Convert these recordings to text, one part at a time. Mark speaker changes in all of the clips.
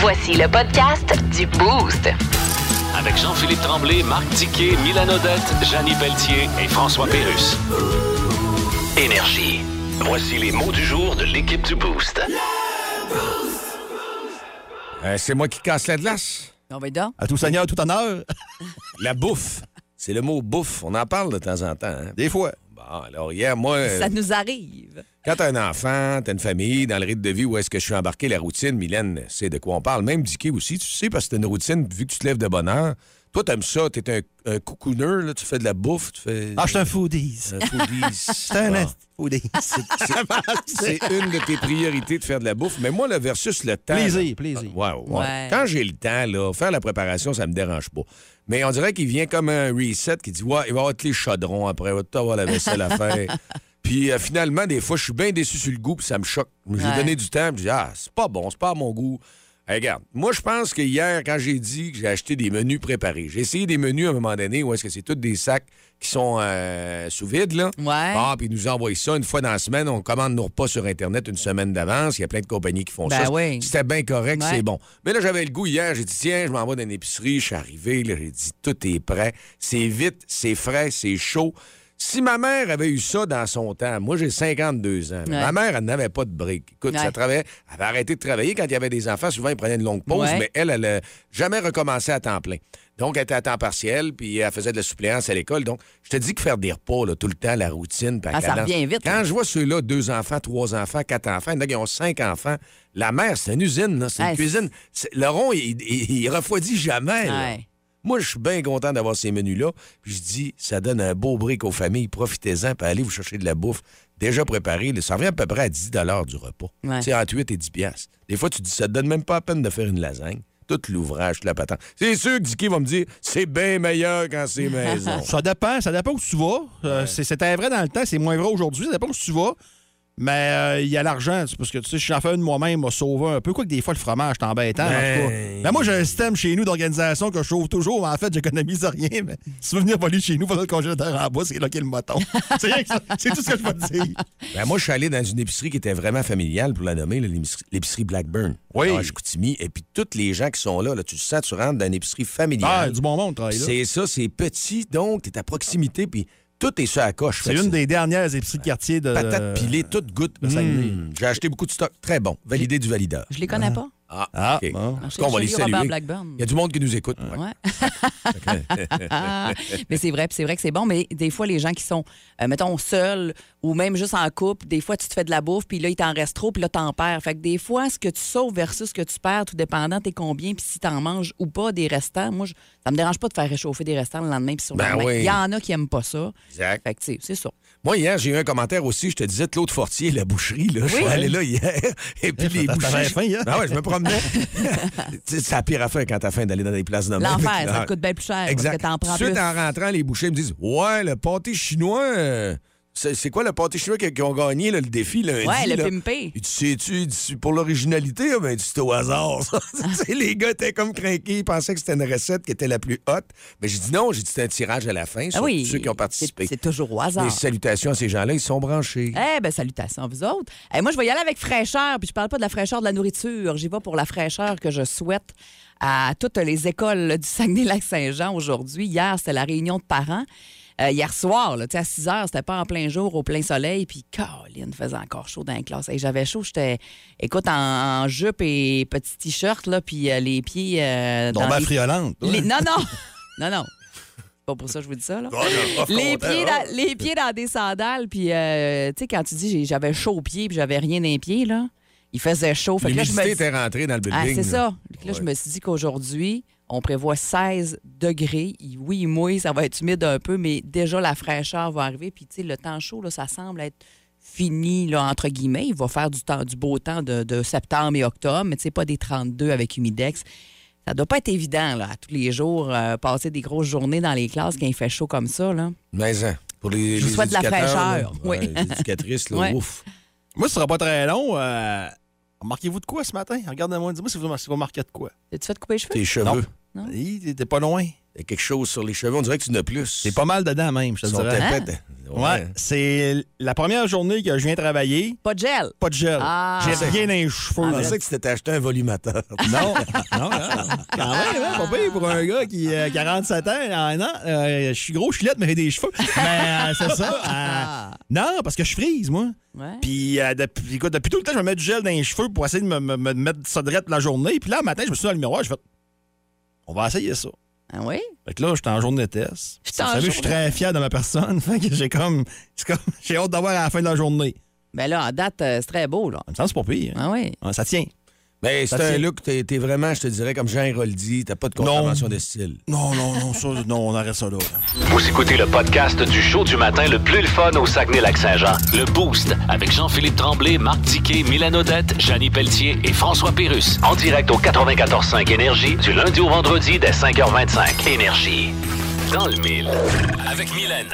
Speaker 1: Voici le podcast du Boost.
Speaker 2: Avec Jean-Philippe Tremblay, Marc Tiquet, Milan Odette, Janine Pelletier et François Pérus. Énergie. Voici les mots du jour de l'équipe du Boost.
Speaker 3: Euh, c'est moi qui casse la glace.
Speaker 4: On va y donc.
Speaker 5: À tout seigneur, tout honneur.
Speaker 3: La bouffe. C'est le mot bouffe. On en parle de temps en temps. hein.
Speaker 5: Des fois.
Speaker 3: Bon, alors hier, moi, euh,
Speaker 4: Ça nous arrive.
Speaker 3: quand t'as un enfant, t'as une famille, dans le rythme de vie où est-ce que je suis embarqué, la routine, Mylène c'est de quoi on parle. Même Dicky aussi, tu sais, parce que t'as une routine, vu que tu te lèves de bonne heure. Toi, t'aimes ça, t'es un, un coucouneur, là, tu fais de la bouffe, tu fais...
Speaker 5: Ah, je suis un foodies.
Speaker 3: un foodies.
Speaker 5: C'est un
Speaker 3: Euh, Bon.
Speaker 5: est- foodies.
Speaker 3: C'est une de tes priorités de faire de la bouffe. Mais moi, le versus le temps.
Speaker 5: Plaisir,
Speaker 3: là-
Speaker 5: plaisir.
Speaker 3: Ah, ouais, ouais.
Speaker 4: Ouais.
Speaker 3: Quand j'ai le temps, là, faire la préparation, ça me dérange pas. Mais on dirait qu'il vient comme un reset qui dit Ouais, il va y avoir tous les chaudrons après, il va tout avoir la vaisselle à faire. Puis euh, finalement, des fois, je suis bien déçu sur le goût, puis ça me choque. Je lui ai
Speaker 4: Ouais.
Speaker 3: donné du temps, puis je dis Ah, c'est pas bon, c'est pas à mon goût. Hey, regarde, moi, je pense que hier, quand j'ai dit que j'ai acheté des menus préparés, j'ai essayé des menus à un moment donné où est-ce que c'est tous des sacs qui sont euh, sous vide, là.
Speaker 4: Ouais.
Speaker 3: Bon, puis ils nous envoient ça une fois dans la semaine. On commande nos repas sur Internet une semaine d'avance. Il y a plein de compagnies qui font
Speaker 4: Ben
Speaker 3: ça.
Speaker 4: oui.
Speaker 3: C'était bien correct,
Speaker 4: Ouais.
Speaker 3: c'est bon. Mais là, j'avais le goût hier. J'ai dit, tiens, je m'en vais dans une épicerie. Je suis arrivé. là, J'ai dit, tout est prêt. C'est vite, c'est frais, c'est chaud. Si ma mère avait eu ça dans son temps, moi j'ai 52 ans, mais
Speaker 4: Ouais.
Speaker 3: ma mère, elle n'avait pas de briques. Écoute,
Speaker 4: Ouais.
Speaker 3: ça travaillait, elle avait arrêté de travailler quand il y avait des enfants. Souvent, ils prenaient une longue pause,
Speaker 4: Ouais.
Speaker 3: mais elle, elle n'a jamais recommencé à temps plein. Donc, elle était à temps partiel, puis elle faisait de la suppléance à l'école. Donc, je te dis que faire des repas, là, tout le temps, la routine, puis la
Speaker 4: Ah, ça
Speaker 3: cadence.
Speaker 4: revient vite,
Speaker 3: Quand
Speaker 4: là.
Speaker 3: je vois ceux-là, deux enfants, trois enfants, quatre enfants, il y en a qui ont cinq enfants, la mère, c'est une usine, là, c'est une
Speaker 4: Ouais,
Speaker 3: cuisine. C'est- Le rond, il, il- il refroidit jamais. Eh là.
Speaker 4: Ouais.
Speaker 3: Moi, je suis bien content d'avoir ces menus-là. Puis je dis, ça donne un beau brick aux familles. Profitez-en, puis allez vous chercher de la bouffe déjà préparée. là. Ça revient à peu près à 10 du repas.
Speaker 4: Ouais.
Speaker 3: Tu sais, entre 8 et 10 piastres. Des fois, tu te dis, ça te donne même pas la peine de faire une lasagne. Tout l'ouvrage, toute la patente. C'est sûr que Dicky va me dire, c'est bien meilleur quand c'est maison.
Speaker 5: Ça dépend, ça dépend où tu vas. Euh, c'est- C'était vrai dans le temps, c'est moins vrai aujourd'hui, ça dépend où tu vas. Mais euh, il y a l'argent, c'est parce que tu sais, j'en fais une moi-même, m'a sauvé un peu. Quoique des fois, le fromage, c'est embêtant. en
Speaker 3: Ben-
Speaker 5: tout cas. Mais moi, j'ai un système chez nous d'organisation que je trouve toujours. En fait, j'économise rien. Mais si tu veux venir voler chez nous, va dans le congélateur en bas, c'est là qu'est le moton. c'est rien que ça. C'est tout ce que je peux te dire.
Speaker 3: Ben, moi, je suis allé dans une épicerie qui était vraiment familiale, pour la nommer, là, l'épicerie- l'épicerie Blackburn.
Speaker 5: Oui.
Speaker 3: Ah, je Coutimi. Et puis, tous les gens qui sont là, là, tu le sens, tu rentres dans une épicerie
Speaker 5: Ah,
Speaker 3: familiale.
Speaker 5: du bon monde, travail là.
Speaker 3: C'est ça, c'est petit, donc t'es à proximité, puis tout est sur la coche.
Speaker 5: C'est
Speaker 3: Fait que
Speaker 5: une des euh, dernières épiceries de quartier de.
Speaker 3: Patates pilées, toutes gouttes.
Speaker 5: Saguenay.
Speaker 3: Mm. J'ai acheté beaucoup de stock. Très bon. Validé du valideur.
Speaker 4: Je les connais pas.
Speaker 3: Ah,
Speaker 5: Ah,
Speaker 3: OK.
Speaker 5: bon. Ah.
Speaker 3: Parce qu'on va les
Speaker 4: Chez Robert
Speaker 3: saluer.
Speaker 4: Blackburn.
Speaker 3: Il y a du monde qui nous écoute. ouais.
Speaker 4: Ouais. Ah, mais c'est vrai, puis c'est vrai que c'est bon, mais des fois, les gens qui sont, euh, mettons, seuls ou même juste en couple, des fois, tu te fais de la bouffe, puis là, il t'en reste trop, puis là, t'en perds. Fait que des fois, ce que tu sauves versus ce que tu perds, tout dépendant, t'es combien, puis si t'en manges ou pas des restants. Moi, je- ça me dérange pas de faire réchauffer des restants le lendemain, puis sur le
Speaker 3: Ben
Speaker 4: lendemain.
Speaker 3: oui.
Speaker 4: Il y en a qui aiment pas ça.
Speaker 3: Exact.
Speaker 4: Fait que, tu sais, c'est ça.
Speaker 3: Moi, hier, j'ai eu un commentaire aussi. Je te disais, Claude Fortier, la boucherie, là. Je suis allé là hier. Et puis,
Speaker 5: Eh,
Speaker 3: les
Speaker 5: t'as-
Speaker 3: bouchers.
Speaker 5: t'avais faim, hein?
Speaker 3: Ah ouais, je me promenais. Tu sais, c'est la pire affaire quand t'as faim d'aller dans des places de
Speaker 4: L'enfer, ça te coûte bien plus cher, parce
Speaker 3: Exact.
Speaker 4: que t'en prends
Speaker 3: Tout de
Speaker 4: plus.
Speaker 3: suite, en rentrant, les bouchers me disent Ouais, le pâté chinois. euh, c'est c'est quoi le pâté chinois que- qu'ils ont gagné, là, le défi lundi?
Speaker 4: Ouais, le
Speaker 3: là?
Speaker 4: pimpé.
Speaker 3: Il dit, sais-tu, il dit, pour l'originalité, ah, ben, il dit, c'est au hasard, ça. Tu sais, les gars étaient comme craqués, ils pensaient que c'était une recette qui était la plus haute. Mais j'ai dit non, j'ai dit, c'est un tirage à la fin,
Speaker 4: Ah
Speaker 3: sur
Speaker 4: oui,
Speaker 3: ceux qui ont participé.
Speaker 4: c'est- C'est toujours au hasard.
Speaker 3: Les salutations à ces gens-là, ils sont branchés.
Speaker 4: Eh bien, salutations, vous autres. Eh, moi, je vais y aller avec fraîcheur, puis je parle pas de la fraîcheur de la nourriture. J'y vais pour la fraîcheur que je souhaite à toutes les écoles là, du Saguenay-Lac-Saint-Jean aujourd'hui. Hier, c'était la réunion de parents. Euh, hier soir, là, tu sais, à 6 heures, c'était pas en plein jour, au plein soleil, puis Caroline faisait encore chaud dans la classe. Et J'avais chaud, j'étais, écoute, en, en jupe et petit t-shirt, là, puis euh, les pieds euh, dans
Speaker 5: Tombée
Speaker 4: les-
Speaker 5: affriolante.
Speaker 4: les- Non, non, non, non. C'est pas pour ça que je vous dis ça, là les, pieds
Speaker 3: hein.
Speaker 4: dans, les pieds dans des sandales, puis euh, tu sais, quand tu dis j'ai- j'avais chaud aux pieds, puis j'avais rien dans les pieds, là, il faisait chaud. Fait que là, je me
Speaker 3: L'humidité
Speaker 4: dis-
Speaker 3: était rentrée dans le building.
Speaker 4: Ah, c'est
Speaker 3: là.
Speaker 4: ça. Fait que Là, je
Speaker 3: Ouais.
Speaker 4: me suis dit qu'aujourd'hui, on prévoit 16 degrés. Il- Oui, il mouille, ça va être humide un peu, mais déjà, la fraîcheur va arriver. Puis, tu sais, le temps chaud, là, ça semble être fini, là, entre guillemets. Il va faire du, temps, du beau temps de, de septembre et octobre, mais tu sais, pas des 32 avec humidex. Ça doit pas être évident, là, à tous les jours, euh, passer des grosses journées dans les classes quand il fait chaud comme ça, là.
Speaker 3: Mais, hein, pour les,
Speaker 4: Je vous
Speaker 3: les
Speaker 4: souhaite de la
Speaker 3: éducateurs,
Speaker 4: fraîcheur,
Speaker 3: là,
Speaker 4: oui.
Speaker 3: ouais, les éducatrices, là,
Speaker 4: Ouais.
Speaker 3: ouf.
Speaker 5: Moi, ce sera pas très long. euh, Marquez-vous de quoi ce matin? Regardez-moi, dis-moi si vous, si vous marquez de quoi.
Speaker 4: Tu vas te couper les cheveux?
Speaker 3: Tes cheveux.
Speaker 5: Non.
Speaker 4: Non.
Speaker 5: Hi, T'es pas loin.
Speaker 3: Il y a quelque chose sur les cheveux, on dirait que tu n'as plus.
Speaker 5: T'es pas mal dedans même, je te
Speaker 3: Son
Speaker 5: dirais. Hein?
Speaker 3: tapette.
Speaker 5: Ouais. C'est la première journée que je viens travailler.
Speaker 4: Pas de gel.
Speaker 5: Pas de gel.
Speaker 4: Ah.
Speaker 5: J'ai rien dans les
Speaker 3: Je
Speaker 5: cheveux. là.
Speaker 3: pensais que tu t'étais acheté un volumateur.
Speaker 5: Non, non, non. Quand même, hein, pas pire pour un gars qui a 47 ans, un an. Euh, je suis gros, je suis laid, mais j'ai des cheveux. Mais euh, c'est ça. euh, non, parce que je frise, moi.
Speaker 4: Ouais.
Speaker 5: Puis euh, depuis, écoute, depuis tout le temps, je me mets du gel dans les cheveux pour essayer de me, me- me mettre ça de la journée. Puis là, le matin, je me suis dans le miroir, je fais on va essayer ça.
Speaker 4: Ah oui?
Speaker 5: Fait que là, j'étais en journée de test.
Speaker 4: J'étais
Speaker 5: Vous
Speaker 4: en
Speaker 5: savez, je suis
Speaker 4: journée.
Speaker 5: très fier de ma personne. Fait que j'ai comme. c'est comme- j'ai hâte d'avoir à la fin de la journée.
Speaker 4: Ben là, en date, euh, c'est très beau, là.
Speaker 5: Ça me semble c'est pas pire.
Speaker 4: Ah oui.
Speaker 5: Ouais, ça tient.
Speaker 3: Mais
Speaker 5: Ça
Speaker 3: c'est un
Speaker 5: tient.
Speaker 3: look, t'es t'es vraiment, je te dirais, comme Jean Héroldi, t'as pas de contravention de style.
Speaker 5: Non, non, non, ça, non, on arrête ça là.
Speaker 2: Vous écoutez le podcast du show du matin le plus le fun au Saguenay-Lac-Saint-Jean. Le Boost avec Jean-Philippe Tremblay, Marc Tiquet, Milan Odette, Janine Pelletier et François Pérus. En direct au 94.5 Énergie du lundi au vendredi dès 5h25. Énergie. Dans le mille. Avec Mylène.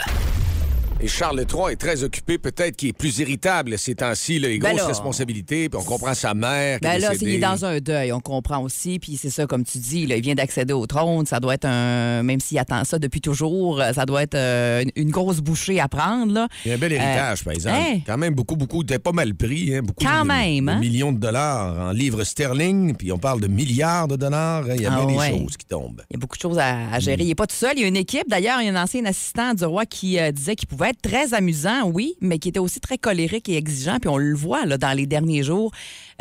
Speaker 3: Et Charles III est très occupé, peut-être qu'il est plus irritable ces temps-ci, là, les
Speaker 4: Ben
Speaker 3: grosses
Speaker 4: là.
Speaker 3: responsabilités, puis on comprend sa mère qui
Speaker 4: Ben
Speaker 3: est
Speaker 4: là, c'est- il
Speaker 3: décédée.
Speaker 4: est dans un deuil, on comprend aussi. Puis c'est ça, comme tu dis, là, il vient d'accéder au trône. Ça doit être un. Même s'il attend ça depuis toujours, euh, ça doit être euh, une- une grosse bouchée à prendre, là.
Speaker 3: Il y a un bel héritage,
Speaker 4: Euh,
Speaker 3: par exemple.
Speaker 4: hein?
Speaker 3: Quand même, beaucoup, beaucoup. T'es pas mal pris. Hein? Beaucoup
Speaker 4: Quand
Speaker 3: de,
Speaker 4: même,
Speaker 3: de
Speaker 4: hein?
Speaker 3: millions de dollars en livres sterling, puis on parle de milliards de dollars. hein. Il y a
Speaker 4: Ah
Speaker 3: bien
Speaker 4: ouais.
Speaker 3: des choses qui tombent.
Speaker 4: Il y a beaucoup de choses à, à gérer. Il n'est pas tout seul. Il y a une équipe. D'ailleurs, il y a un ancien assistant du roi qui euh, disait qu'il pouvait être très amusant, oui, mais qui était aussi très colérique et exigeant. Puis on le voit là, dans les derniers jours.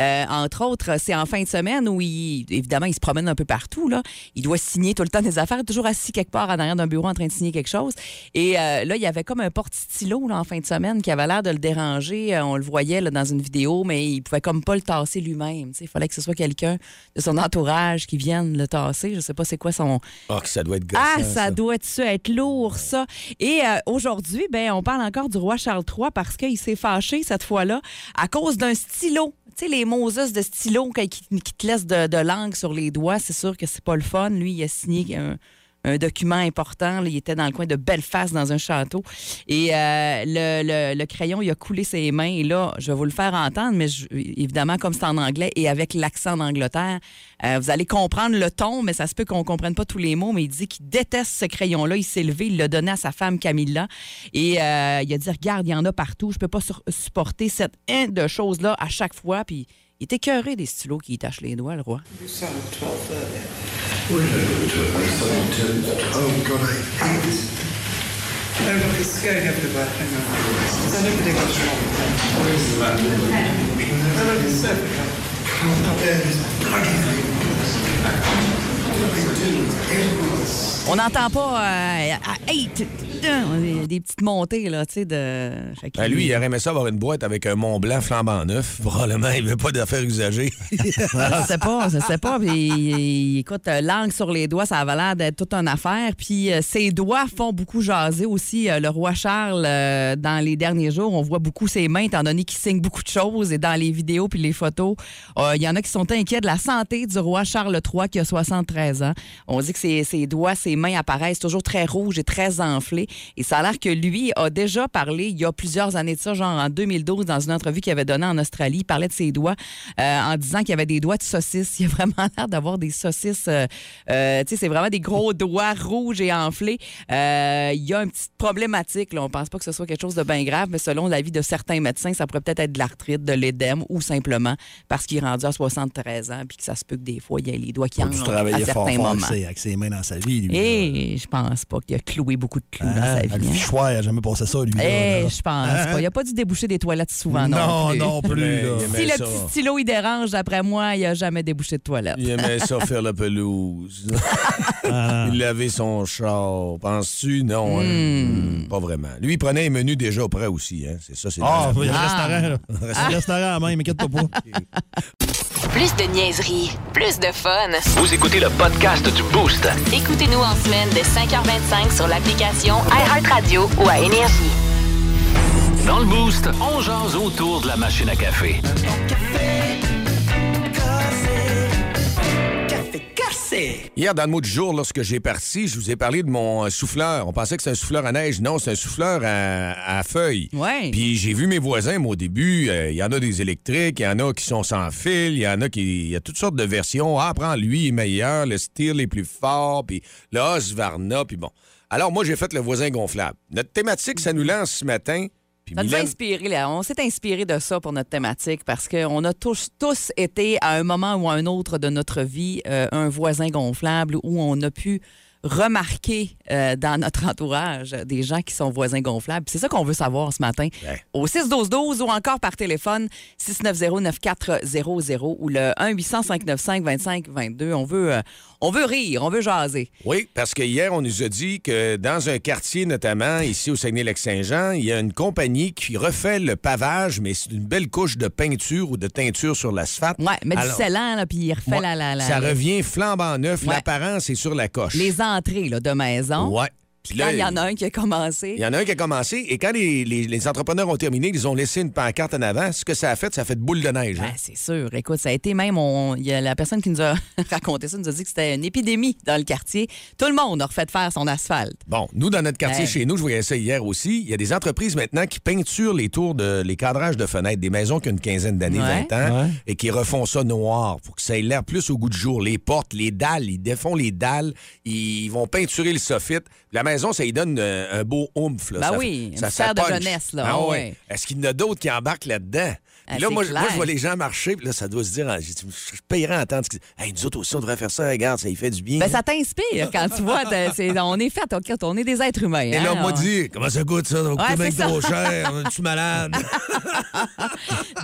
Speaker 4: Euh, entre autres, c'est en fin de semaine où, il, évidemment, il se promène un peu partout. Là. Il doit signer tout le temps des affaires, toujours assis quelque part en arrière d'un bureau en train de signer quelque chose. Et euh, là, il y avait comme un porte-stylo là, en fin de semaine qui avait l'air de le déranger. Euh, on le voyait là, dans une vidéo, mais il pouvait comme pas le tasser lui-même. tu sais. Il fallait que ce soit quelqu'un de son entourage qui vienne le tasser. Je sais pas c'est quoi son,
Speaker 3: Ah, que ça doit être gossant,
Speaker 4: ah, ça, doit être ça, être lourd, ça. Et euh, aujourd'hui, ben, on parle encore du roi Charles III parce qu'il s'est fâché cette fois-là à cause d'un stylo. Tu sais, les Moses de stylo qui, qui- qui te laissent de, de langue sur les doigts, c'est sûr que c'est pas le fun. Lui, il a signé un, un document important. là. il était dans le coin de Belfast, dans un château. Et euh, le, le- le crayon, il a coulé ses mains. Et là, je vais vous le faire entendre, mais je- évidemment, comme c'est en anglais et avec l'accent d'Angleterre, euh, vous allez comprendre le ton, mais ça se peut qu'on ne comprenne pas tous les mots. Mais il dit qu'il déteste ce crayon-là. Il s'est levé, il l'a donné à sa femme Camilla. Et euh, il a dit Regarde, il y en a partout. Je ne peux pas sur- supporter cette haine de choses-là à chaque fois. Puis il était écœuré des stylos qui lui tachent les doigts, le roi.
Speaker 6: Oh God, I hate this. I'm scaring everybody. Hang on. Does anybody got wrong? What is the matter? Everybody is sick. Can't bear this bloody thing.
Speaker 4: On n'entend pas euh, à- Hey, tu- tu- des petites montées, là, tu sais, de. Fait que-
Speaker 3: Ben, lui, il aurait aimé ça avoir une boîte avec un Mont Blanc flambant neuf. Probablement, il veut pas d'affaires usagées.
Speaker 4: Je sais pas, je sais pas. Puis, écoute, euh, langue sur les doigts, ça avait l'air d'être toute une affaire. Puis euh, ses doigts font beaucoup jaser aussi euh, le roi Charles euh, dans les derniers jours. On voit beaucoup ses mains, étant donné qu'il signe beaucoup de choses. Et dans les vidéos puis les photos, euh, il y en a qui sont inquiets de la santé du roi Charles III qui a 73 ans. On dit que ses, ses doigts, ses mains apparaissent toujours très rouges et très enflées. Et ça a l'air que lui a déjà parlé il y a plusieurs années de ça, genre en 2012, dans une entrevue qu'il avait donnée en Australie. Il parlait de ses doigts euh, en disant qu'il avait des doigts de saucisse. Il a vraiment l'air d'avoir des saucisses. euh, euh, tu sais, c'est vraiment des gros doigts rouges et enflés. Euh, il y a une petite problématique. Là. On pense pas que ce soit quelque chose de bien grave, mais selon l'avis de certains médecins, ça pourrait peut-être être de l'arthrite, de l'édème ou simplement parce qu'il est rendu à 73 ans puis que ça se peut que des fois, il y ait les doigts qui
Speaker 5: Il a
Speaker 4: en
Speaker 5: dû
Speaker 4: à
Speaker 5: travailler
Speaker 4: certains
Speaker 5: fort, fort avec
Speaker 4: moments.
Speaker 5: ses, avec ses mains dans sa vie, lui.
Speaker 4: Et je pense pas qu'il a cloué beaucoup de clous
Speaker 5: Hein?
Speaker 4: dans sa
Speaker 5: Le
Speaker 4: vie. hein.
Speaker 5: fichoir, il a jamais pensé ça, lui. là,
Speaker 4: Eh,
Speaker 5: là. Hein?
Speaker 4: je pense pas. Il a pas dû déboucher des toilettes souvent non,
Speaker 5: non,
Speaker 4: plus.
Speaker 5: non plus.
Speaker 3: Mais-
Speaker 5: là.
Speaker 3: mais-
Speaker 4: Si le
Speaker 3: ça.
Speaker 4: petit stylo, il dérange, d'après moi, il a jamais débouché de toilette.
Speaker 3: Il aimait ça faire la pelouse. Ah. il lavait son char. Penses-tu? Non. hein? Hmm, Pas vraiment. Lui, il prenait un menu déjà prêt aussi. Hein? C'est ça, c'est
Speaker 5: Ah,
Speaker 3: dans la-
Speaker 5: il y a un restaurant, là.
Speaker 4: Ah.
Speaker 5: C'est un restaurant à main, m'inquiète pas.
Speaker 1: Plus de niaiserie, plus de fun.
Speaker 2: Vous écoutez le podcast du Boost.
Speaker 1: Écoutez-nous en semaine de 5h25 sur l'application iHeartRadio ou à Énergie.
Speaker 2: Dans le Boost, on jase autour de la machine à café.
Speaker 3: Hier, dans le mot du jour, lorsque j'ai parti, je vous ai parlé de mon euh, souffleur. On pensait que c'est un souffleur à neige. Non, c'est un souffleur à, à feuilles.
Speaker 4: Ouais.
Speaker 3: Puis j'ai vu mes voisins, moi, au début. euh, Il y en a des électriques, il y en a qui sont sans fil, il y en a qui. Il y a toutes sortes de versions. Ah, prends lui, il est meilleur, le style est plus fort, puis le Husqvarna, puis bon. Alors, moi, j'ai fait le voisin gonflable. Notre thématique, ça nous lance ce matin. Puis
Speaker 4: Ça nous a
Speaker 3: Mylène-
Speaker 4: inspiré, là. On s'est inspiré de ça pour notre thématique parce qu'on a tous, tous été à un moment ou à un autre de notre vie euh, un voisin gonflable où on a pu remarquer euh, dans notre entourage des gens qui sont voisins gonflables. Puis C'est ça qu'on veut savoir ce matin.
Speaker 3: Ben.
Speaker 4: Au 6-12-12 ou encore par téléphone 690-9400 ou le 1-800-595-2522. On veut, euh, on veut rire, on veut jaser.
Speaker 3: Oui, parce que hier, on nous a dit que dans un quartier, notamment ici au Saguenay-Lac-Saint-Jean, il y a une compagnie qui refait le pavage, mais c'est une belle couche de peinture ou de teinture sur l'asphalte.
Speaker 4: Ouais, mais du
Speaker 3: Alors,
Speaker 4: scellant, là, puis il refait
Speaker 3: moi,
Speaker 4: la, la, la-
Speaker 3: ça
Speaker 4: les-
Speaker 3: revient flambant neuf.
Speaker 4: Ouais.
Speaker 3: L'apparence est sur la coche.
Speaker 4: les entrées là, de maison.
Speaker 3: Ouais. Puis
Speaker 4: Là,
Speaker 3: là,
Speaker 4: il y en a un qui a commencé.
Speaker 3: Il y en a un qui a commencé, et quand les, les- les entrepreneurs ont terminé, ils ont laissé une pancarte en avant. Ce que ça a fait, ça a fait boule de neige. hein.
Speaker 4: Ben, c'est sûr. Écoute, ça a été même. on- il y a la personne qui nous a raconté ça nous a dit que c'était une épidémie dans le quartier. Tout le monde a refait faire son asphalte.
Speaker 3: Bon, nous, dans notre quartier,
Speaker 4: Ben.
Speaker 3: chez nous, je voyais ça hier aussi, il y a des entreprises maintenant qui peinturent les tours, de, les cadrages de fenêtres, des maisons qui ont une quinzaine d'années,
Speaker 4: Ouais.
Speaker 3: 20 ans,
Speaker 5: Ouais.
Speaker 3: et qui refont ça noir pour que ça ait l'air plus au goût du jour. Les portes, les dalles, ils défont les dalles, ils vont peinturer le soffit. La maison, ça y donne euh, un beau oomph. Là.
Speaker 4: Ben
Speaker 3: Ça-
Speaker 4: oui,
Speaker 3: ça,
Speaker 4: une
Speaker 3: ça
Speaker 4: sphère de
Speaker 3: punch.
Speaker 4: jeunesse, là.
Speaker 3: Ah
Speaker 4: Ouais.
Speaker 3: ouais. Est-ce qu'il y en a d'autres qui embarquent là-dedans? Puis
Speaker 4: Ah,
Speaker 3: là,
Speaker 4: c'est
Speaker 3: moi, je- moi,
Speaker 4: clair.
Speaker 3: je vois les gens marcher, puis là, ça doit se dire, ah, j'ai- je payerais à entendre. ce qu'ils- Hey, nous autres aussi, on devrait faire ça, regarde, ça y fait du bien.
Speaker 4: Ben, ça t'inspire quand tu vois. t'as- c'est- on est fait, OK, on est des êtres humains.
Speaker 3: Et là,
Speaker 4: hein,
Speaker 3: on m'a
Speaker 4: on-
Speaker 3: dit, comment ça coûte ça? Ça coûte
Speaker 4: Ouais,
Speaker 3: bien
Speaker 4: c'est ça.
Speaker 3: trop cher, on est-tu malade?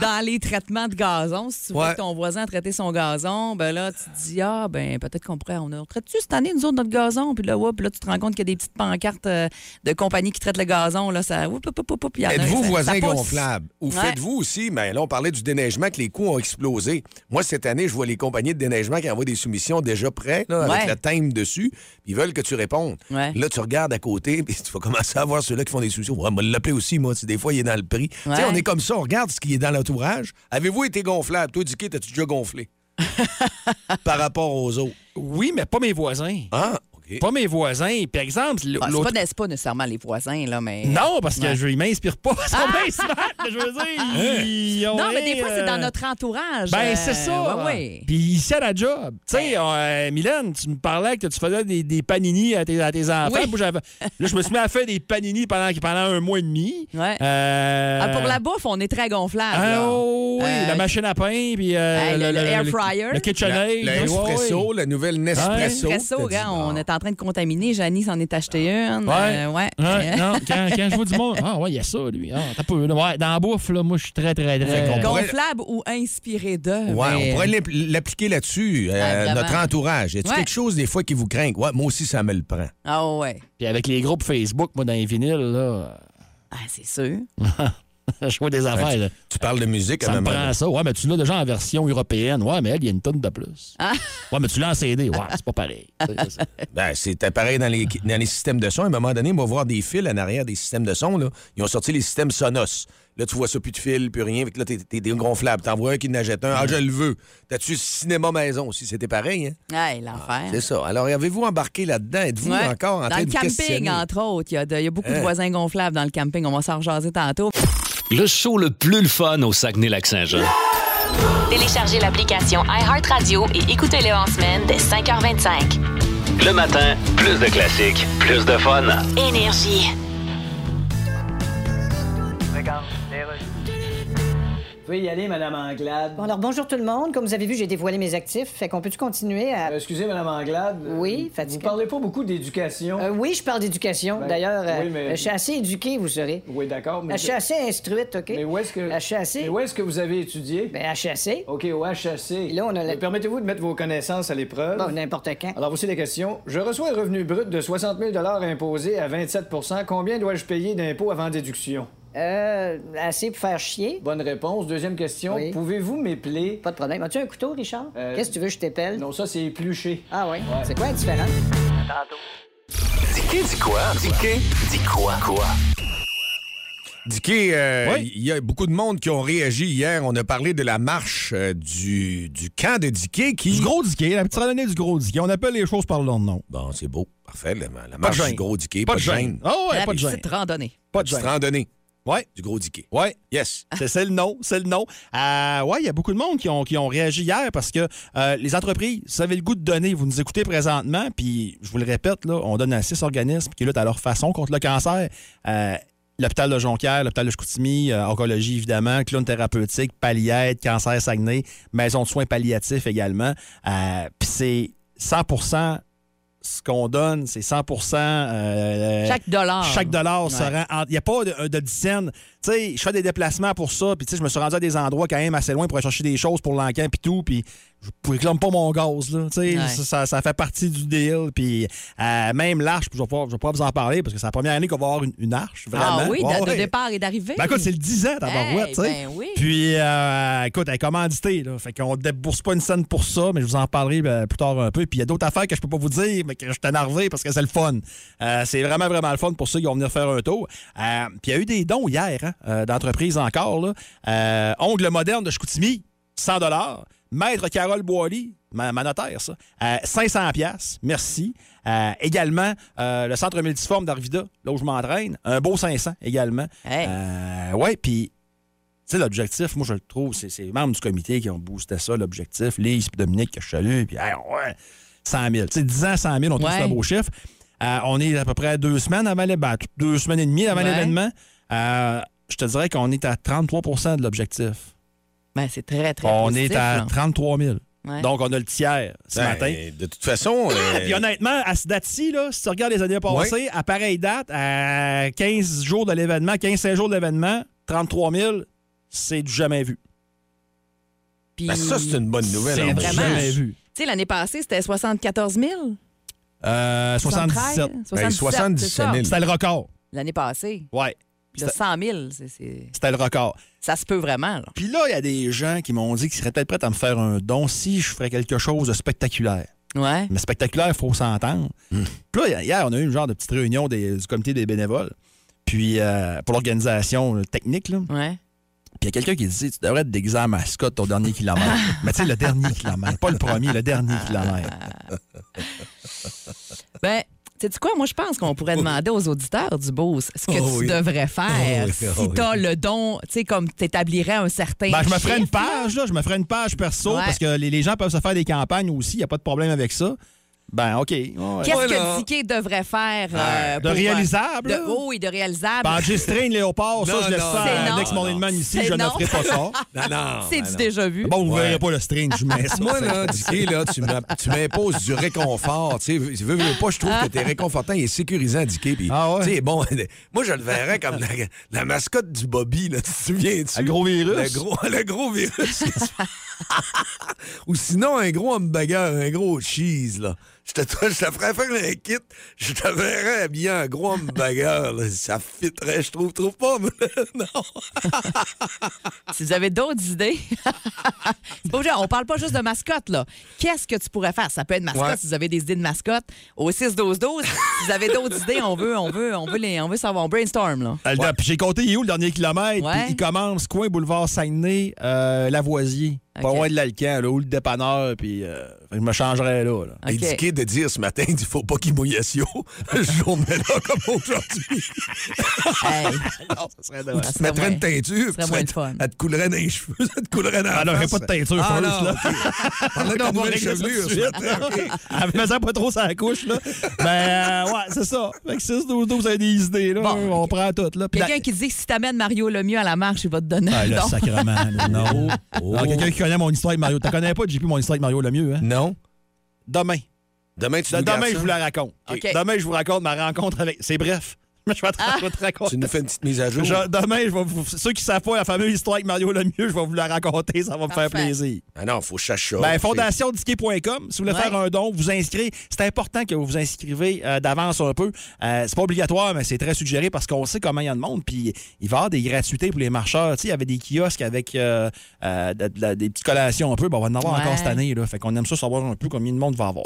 Speaker 4: Dans les traitements de gazon, si tu vois
Speaker 3: Ouais.
Speaker 4: que ton voisin a traité son gazon, ben là, tu te dis, ah, ben peut-être qu'on pourrait. On a- on traite-tu cette année, nous autres, notre gazon? Puis là, oups, là, tu te rends compte qu'il y a des petites pancartes euh, de compagnies qui traitent le gazon. Là, ça. oup, oup, oup, oup, oup, il y en a,
Speaker 3: Êtes-vous
Speaker 4: ça-
Speaker 3: voisin
Speaker 4: ça pousse.
Speaker 3: gonflable? Ou
Speaker 4: Ouais.
Speaker 3: faites-vous aussi, mais là, on parlait du déneigement, que les coûts ont explosé. Moi, cette année, je vois les compagnies de déneigement qui envoient des soumissions déjà prêtes, là,
Speaker 4: Ouais.
Speaker 3: avec le thème dessus, puis ils veulent que tu répondes.
Speaker 4: Ouais.
Speaker 3: Là, tu regardes à côté, puis tu vas commencer à voir ceux-là qui font des soumissions. Ouais, moi, l'appeler aussi, moi, tu sais, des fois, il est dans le prix. Tu sais,
Speaker 4: Ouais.
Speaker 3: on est comme ça, on regarde ce qui est dans l'entourage. Avez-vous été gonflable? Toi, Dicky, t'as-tu déjà gonflé? Par rapport aux autres.
Speaker 5: Oui, mais pas mes voisins.
Speaker 3: Ah, OK.
Speaker 5: Pas mes voisins. Par
Speaker 4: Ah,
Speaker 5: exemple,
Speaker 4: c'est
Speaker 5: l'autre.
Speaker 4: pas, c'est pas nécessairement les voisins, là, mais.
Speaker 5: Non, parce que
Speaker 4: Ouais. Ah!
Speaker 5: je ne m'inspire pas. Ils sont bien smart, mais je veux dire. ils ont
Speaker 4: Non, mais des
Speaker 5: rien,
Speaker 4: fois, c'est dans
Speaker 5: euh,
Speaker 4: notre entourage.
Speaker 5: Ben,
Speaker 4: euh,
Speaker 5: c'est ça.
Speaker 4: ouais, ouais. Ben.
Speaker 5: Puis ici à la job. Tu sais, euh, Mylène, tu me parlais que tu faisais des, des panini à tes, à tes enfants.
Speaker 4: Oui.
Speaker 5: Moi, j'avais- là, je me suis mis à faire des panini pendant, pendant un mois et demi.
Speaker 4: Ouais.
Speaker 5: Euh,
Speaker 4: Ah, pour la bouffe, on est très gonflable.
Speaker 5: Ah,
Speaker 4: là.
Speaker 5: oh, oui,
Speaker 4: Euh,
Speaker 5: la machine à pain, puis euh,
Speaker 4: Hey, le- le air fryer.
Speaker 5: le KitchenAid.
Speaker 3: Le
Speaker 5: Ouais,
Speaker 3: espresso,
Speaker 5: ouais.
Speaker 3: la nouvelle Nespresso.
Speaker 4: Nespresso,
Speaker 3: t'as dit,
Speaker 4: regarde, on
Speaker 3: bon.
Speaker 4: est en train de contaminer. Janie s'en est acheté une.
Speaker 5: Ah. Ouais.
Speaker 4: euh, ouais.
Speaker 5: Ouais, non, quand, quand je vois du monde, ah ouais, il y a ça, lui. Ah, t'as pas, ouais, dans la bouffe, là, moi, je suis très, très, très.
Speaker 3: qu'on pourrait-
Speaker 4: Gonflable ou inspiré de.
Speaker 3: Ouais,
Speaker 4: mais-
Speaker 3: on pourrait l'app- l'appliquer là-dessus, euh,
Speaker 4: Ah,
Speaker 3: notre
Speaker 4: vraiment.
Speaker 3: entourage. Y a
Speaker 4: Ouais.
Speaker 3: quelque chose des fois qui vous craint? Ouais, moi aussi, ça me le prend.
Speaker 4: Ah ouais.
Speaker 5: Puis avec les groupes Facebook, moi, dans les vinyles, là,
Speaker 4: Ah, c'est sûr.
Speaker 5: je vois des affaires. là.
Speaker 3: Tu parles de musique à
Speaker 5: Ça
Speaker 3: un
Speaker 5: me
Speaker 3: moment donné.
Speaker 5: prend ça. Ouais, mais tu l'as déjà en version européenne. Ouais, mais elle, il y a une tonne de plus.
Speaker 4: Ah.
Speaker 5: Ouais, mais tu l'as en CD. Ouais, c'est pas pareil. C'est ça.
Speaker 3: Ben, C'était pareil dans les, dans les systèmes de son. À un moment donné, on va voir des fils en arrière des systèmes de son. Là. Ils ont sorti les systèmes Sonos. Là, tu vois ça, plus de fils, plus rien. Fait que là, t'es- t'es gonflable. T'en vois un qui n'achète un. Ah, je le veux. T'as-tu cinéma maison aussi? C'était pareil, hein?
Speaker 5: Ah,
Speaker 4: Ouais, l'enfer.
Speaker 3: C'est ça. Alors, avez-vous embarqué là-dedans? Êtes-vous
Speaker 4: Ah. Ouais.
Speaker 3: encore en
Speaker 4: dans
Speaker 3: train
Speaker 4: le
Speaker 3: de
Speaker 4: camping,
Speaker 3: questionner?
Speaker 4: entre autres. Il y a, de- il y a beaucoup de
Speaker 5: Euh.
Speaker 3: Hein.
Speaker 4: voisins gonflables dans le camping. On va s'en rejaser tantôt.
Speaker 2: Le show le plus le fun au Saguenay-Lac-Saint-Jean.
Speaker 1: Téléchargez l'application iHeartRadio et écoutez-le en semaine dès 5h25.
Speaker 2: Le matin, plus de classiques, plus de fun.
Speaker 1: Énergie.
Speaker 7: Vous pouvez y aller, Madame Anglade.
Speaker 8: Bon, alors bonjour tout le monde. Comme vous avez vu, j'ai dévoilé mes actifs. Fait qu'on peut-tu continuer à.
Speaker 7: Euh, excusez, Madame Anglade. euh,
Speaker 8: Oui,
Speaker 7: Vous
Speaker 8: fatigué.
Speaker 7: parlez pas beaucoup d'éducation.
Speaker 8: Euh, oui, je parle d'éducation.
Speaker 7: Ben,
Speaker 8: D'ailleurs, euh,
Speaker 7: oui, mais-
Speaker 8: je suis assez éduquée, vous serez.
Speaker 7: Oui, d'accord, mais.
Speaker 8: Je suis assez instruite, OK?
Speaker 7: Mais où est-ce que.
Speaker 8: À chasser.
Speaker 7: Mais où est-ce que vous avez étudié?
Speaker 8: Ben, à chasser.
Speaker 7: OK, au HAC.
Speaker 8: Et là, on a la-
Speaker 7: Mais Permettez-vous de mettre vos connaissances à l'épreuve.
Speaker 8: Bon, n'importe quand.
Speaker 7: Alors, voici les questions. Je reçois un revenu brut de 60 000 imposé à 27 Combien dois-je payer d'impôts avant déduction?
Speaker 8: Euh, assez pour faire chier.
Speaker 7: Bonne réponse. Deuxième question.
Speaker 8: Oui.
Speaker 7: Pouvez-vous m'épeler?
Speaker 8: Pas de problème. As-tu un couteau, Richard?
Speaker 7: Euh,
Speaker 8: Qu'est-ce que tu veux, que je t'épelle?
Speaker 7: Non, ça, c'est épluché.
Speaker 8: Ah, ouais. C'est quoi la différence?
Speaker 2: Dis-qui, dis quoi? Dis-qui, dis quoi? Quoi?
Speaker 3: Dicky, euh, il
Speaker 5: Oui.
Speaker 3: y a beaucoup de monde qui ont réagi hier. On a parlé de la marche euh, du, du camp de Dicky qui.
Speaker 5: Du gros diquet, la petite randonnée du gros diquet. On appelle les choses par leur nom.
Speaker 3: Bon, c'est beau. Parfait. La, la marche
Speaker 5: gêne.
Speaker 3: du gros Dicky,
Speaker 5: Pas de gêne. Ah ouais,
Speaker 4: la
Speaker 5: pas de gêne.
Speaker 4: petite randonnée.
Speaker 5: Pas de
Speaker 3: Petite
Speaker 5: gêne.
Speaker 3: randonnée.
Speaker 5: Ouais.
Speaker 3: du gros diquet.
Speaker 5: Ouais.
Speaker 3: Yes.
Speaker 5: C'est c'est le nom, c'est le nom. Euh, ouais, il y a beaucoup de monde qui ont, qui ont réagi hier parce que euh, les entreprises, vous avez le goût de donner, vous nous écoutez présentement, puis je vous le répète, là, on donne à six organismes qui luttent à leur façon contre le cancer. Euh, L'hôpital de Jonquière, l'hôpital de Chicoutimi, euh, oncologie évidemment, clown thérapeutique, palliette, cancer Saguenay, maison de soins palliatifs également. Euh, puis c'est 100 ce qu'on donne, c'est 100 euh,
Speaker 4: Chaque dollar.
Speaker 5: chaque dollar se
Speaker 4: Ouais.
Speaker 5: rend. en- Il n'y a pas de, de dizaines. Tu sais, je fais des déplacements pour ça, puis tu sais, je me suis rendu à des endroits quand même assez loin pour aller chercher des choses pour l'enquête puis tout, puis je ne réclame pas mon gaz, là. Tu sais,
Speaker 4: Ouais.
Speaker 5: ça, ça- ça fait partie du deal. Puis euh, même l'arche, je vais pouvoir- je vais pouvoir vous en parler parce que c'est la première année qu'on va avoir une, une arche, vraiment.
Speaker 4: Ah oui,
Speaker 5: Ouais,
Speaker 4: date de
Speaker 5: ouais.
Speaker 4: départ et d'arrivée.
Speaker 5: Ben écoute, c'est le 10 ans, ta barouette, tu sais.
Speaker 4: ben oui.
Speaker 5: Puis, euh, écoute, elle est commanditée, là. Fait qu'on débourse pas une scène pour ça, mais je vous en parlerai ben, plus tard un peu. Puis, il y a d'autres affaires que je peux pas vous dire, mais que je suis énervé parce que c'est le fun. Euh, c'est vraiment, vraiment le fun pour ceux qui vont venir faire un tour. Euh, puis, il y a eu des dons hier, hein, euh, d'entreprises encore, là. Euh, Ongle moderne de Chicoutimi, 100 Maître Carole Boily, ma, ma notaire, ça, euh, 500 pièces, merci. Euh, également, euh, le Centre multiforme d'Arvida, là où je m'entraîne, un beau 500 également.
Speaker 4: Hey.
Speaker 5: Euh, ouais, puis, tu sais, l'objectif, moi, je le trouve, c'est c'est les membres du comité qui ont boosté ça, l'objectif. Lise, puis Dominique, que je salue, puis, hey, ouais, 100 000. Tu sais, 10 ans, 100 000, on trouve
Speaker 4: Ouais.
Speaker 5: que c'est un beau chiffre. Euh, on est à peu près à deux semaines avant l'événement, deux semaines et demie avant
Speaker 4: Ouais.
Speaker 5: l'événement. Euh, je te dirais qu'on est à 33 de l'objectif.
Speaker 4: Ben, c'est très, très
Speaker 5: On
Speaker 4: positif,
Speaker 5: est à
Speaker 4: là.
Speaker 5: 33 000.
Speaker 4: Ouais.
Speaker 5: Donc, on a le tiers ce
Speaker 3: Ben,
Speaker 5: matin.
Speaker 3: De toute façon. euh,
Speaker 5: Ah, Puis honnêtement, à cette date-ci, là, si tu regardes les années passées, à pareille date, à 15 jours de l'événement, 15-16 jours de l'événement, 33 000, c'est du jamais vu.
Speaker 4: Puis,
Speaker 3: ben, ça, c'est une bonne nouvelle.
Speaker 5: C'est
Speaker 3: en
Speaker 5: du
Speaker 3: plus.
Speaker 4: vraiment-
Speaker 5: jamais vu.
Speaker 4: Tu sais, l'année passée, c'était 74 000.
Speaker 5: Euh,
Speaker 3: Ben,
Speaker 5: 77.
Speaker 4: 73, 77,
Speaker 3: 77
Speaker 4: c'est ça.
Speaker 3: 000.
Speaker 5: C'était le record.
Speaker 4: L'année passée,
Speaker 5: Ouais,
Speaker 4: de 100 000, c'est- c'est-
Speaker 5: c'était le record.
Speaker 4: ça se peut vraiment. là.
Speaker 5: Puis là, il y a des gens qui m'ont dit qu'ils seraient peut-être prêts à me faire un don si je ferais quelque chose de spectaculaire.
Speaker 4: Ouais.
Speaker 5: Mais spectaculaire, il faut s'entendre.
Speaker 3: Hmm.
Speaker 5: Puis là, hier, on a eu une genre de petite réunion des- du comité des bénévoles. Puis euh, pour l'organisation euh, technique, là.
Speaker 4: Ouais.
Speaker 5: Puis il y a quelqu'un qui dit Tu devrais être déguisé en mascotte ton dernier kilomètre. Mais tu sais, le dernier kilomètre, pas le premier, le dernier
Speaker 4: Ah.
Speaker 5: kilomètre.
Speaker 4: Ben, sais-tu quoi? Moi, je pense qu'on pourrait demander aux auditeurs du Beauce ce que
Speaker 3: Oh
Speaker 4: tu
Speaker 3: oui.
Speaker 4: devrais faire
Speaker 3: Oh oui, oh
Speaker 4: si
Speaker 3: oui.
Speaker 4: t'as le don, tu sais, comme t'établirais un certain.
Speaker 5: Ben, je me ferais une
Speaker 4: chiffre, là.
Speaker 5: page, là. Je me ferais une page perso
Speaker 4: Ouais.
Speaker 5: parce que les, les gens peuvent se faire des campagnes aussi. Il n'y a pas de problème avec ça. Ben, OK. ouais.
Speaker 4: Qu'est-ce
Speaker 3: Voilà.
Speaker 4: que Dicky devrait faire euh,
Speaker 5: De
Speaker 4: pour, euh,
Speaker 5: réalisable,
Speaker 4: De,
Speaker 5: là?
Speaker 4: oh, et de réalisable.
Speaker 5: Ben, Ghistraine, Léopard, ça,
Speaker 3: Non,
Speaker 5: je laisse
Speaker 3: non,
Speaker 5: ça
Speaker 4: c'est
Speaker 5: à
Speaker 4: non.
Speaker 5: Next Morning Man ici.
Speaker 4: C'est
Speaker 5: Je ne
Speaker 4: non.
Speaker 5: ferai pas ça.
Speaker 3: Non, non.
Speaker 4: C'est
Speaker 3: ben
Speaker 4: du
Speaker 3: non.
Speaker 4: déjà vu.
Speaker 5: Ah Bon, vous
Speaker 3: Ouais.
Speaker 5: verrez pas le string, je mets ça.
Speaker 3: Moi, là, Dicky, là, tu m'app- tu m'imposes du réconfort. Tu sais, veux, veux pas, je trouve que t'es réconfortant et sécurisant, Dicky. Puis,
Speaker 5: Ah ouais?
Speaker 3: tu sais, bon, moi, je le verrais comme la, la mascotte du Bobby, là. Tu te souviens-tu?
Speaker 5: Un gros virus?
Speaker 3: Le gros, le gros virus. Ou sinon, un gros hamburger, un gros cheese, là. Je te, je te ferais faire un kit, je te verrais habillé en gros hamburger, là. Ça fitterait, je trouve, trouve pas, moi, là? non.
Speaker 4: Si vous avez d'autres idées, c'est pas obligé. On parle pas juste de mascotte, là. Qu'est-ce que tu pourrais faire? Ça peut être mascotte
Speaker 3: Ouais.
Speaker 4: si vous avez des idées de mascotte. Au 6-12-12, si vous avez d'autres idées, on veut, on veut, on veut les, on veut savoir. On brainstorm, là.
Speaker 5: Euh, Puis j'ai compté, il est où le dernier kilomètre?
Speaker 4: Ouais.
Speaker 5: Puis il commence, coin, boulevard Saguenay, euh, Lavoisier. Pas
Speaker 4: OK.
Speaker 5: loin de l'Alcan, là, où le dépanneur, puis euh, fait que je me changerais là. là.
Speaker 4: OK.
Speaker 3: Indiqué de dire ce matin qu'il faut pas qu'il mouille à Sio. Journée-là comme aujourd'hui.
Speaker 4: Hey,
Speaker 5: non, ça serait drôle.
Speaker 3: Tu te
Speaker 4: ça serait
Speaker 3: mettrais
Speaker 4: moins-
Speaker 3: une teinture.
Speaker 4: serait
Speaker 3: puis
Speaker 4: moins
Speaker 3: ça-
Speaker 4: le fun.
Speaker 3: Elle te coulerait dans les cheveux, ça te coulerait dans la
Speaker 5: Elle n'aurait
Speaker 3: face.
Speaker 5: pas de teinture
Speaker 3: Ah, non,
Speaker 5: first, là.
Speaker 3: OK. Elle aurait
Speaker 5: Non,
Speaker 3: pas de
Speaker 5: on va
Speaker 3: nouvelle
Speaker 5: régler ça
Speaker 3: chevelure,
Speaker 5: tout de
Speaker 3: ça serait- OK.
Speaker 5: Elle me sent pas trop sa couche, là. Ben, euh, ouais, c'est ça. Fait que 6, 12, 12, vous avez des idées, là.
Speaker 4: Bon,
Speaker 5: on prend toutes, là. Puis la-
Speaker 4: Quelqu'un qui dit que si t'amènes Mario Lemieux à la marche, il va te donner
Speaker 5: Ah,
Speaker 4: un
Speaker 5: le
Speaker 4: don.
Speaker 5: sacrement, là, non. Oh. Non, Quelqu'un qui connaît mon histoire avec Mario. Tu connais pas, JP, mon histoire avec Mario le mieux, hein?
Speaker 3: Non.
Speaker 5: Demain.
Speaker 3: Demain, tu nous gardes
Speaker 5: Demain,
Speaker 3: ça?
Speaker 5: je vous la raconte.
Speaker 4: OK. Ah.
Speaker 5: Demain, je vous raconte ma rencontre avec. C'est bref. Je vais te, je vais te raconter.
Speaker 3: Tu nous fais une petite mise à jour.
Speaker 5: Je- demain, je vais vous- ceux qui savent pas la fameuse histoire avec Mario Lemieux, je vais vous la raconter, ça va me faire
Speaker 4: Parfait.
Speaker 5: plaisir.
Speaker 3: Ah non, faut chercher ça.
Speaker 5: Ben, fondationdisquet.com, si vous voulez
Speaker 4: Ouais.
Speaker 5: faire un don, vous inscrivez. C'est important que vous vous inscrivez euh, d'avance un peu. Euh, c'est pas obligatoire, mais c'est très suggéré parce qu'on sait comment il y a de monde. Puis il va y avoir des gratuités pour les marcheurs. Tu sais, il y avait des kiosques avec euh, euh, de- de la- des petites collations un peu. Ben, on va en avoir
Speaker 4: Ouais.
Speaker 5: encore cette année. Là. Fait qu'on aime ça savoir un peu combien de monde va avoir.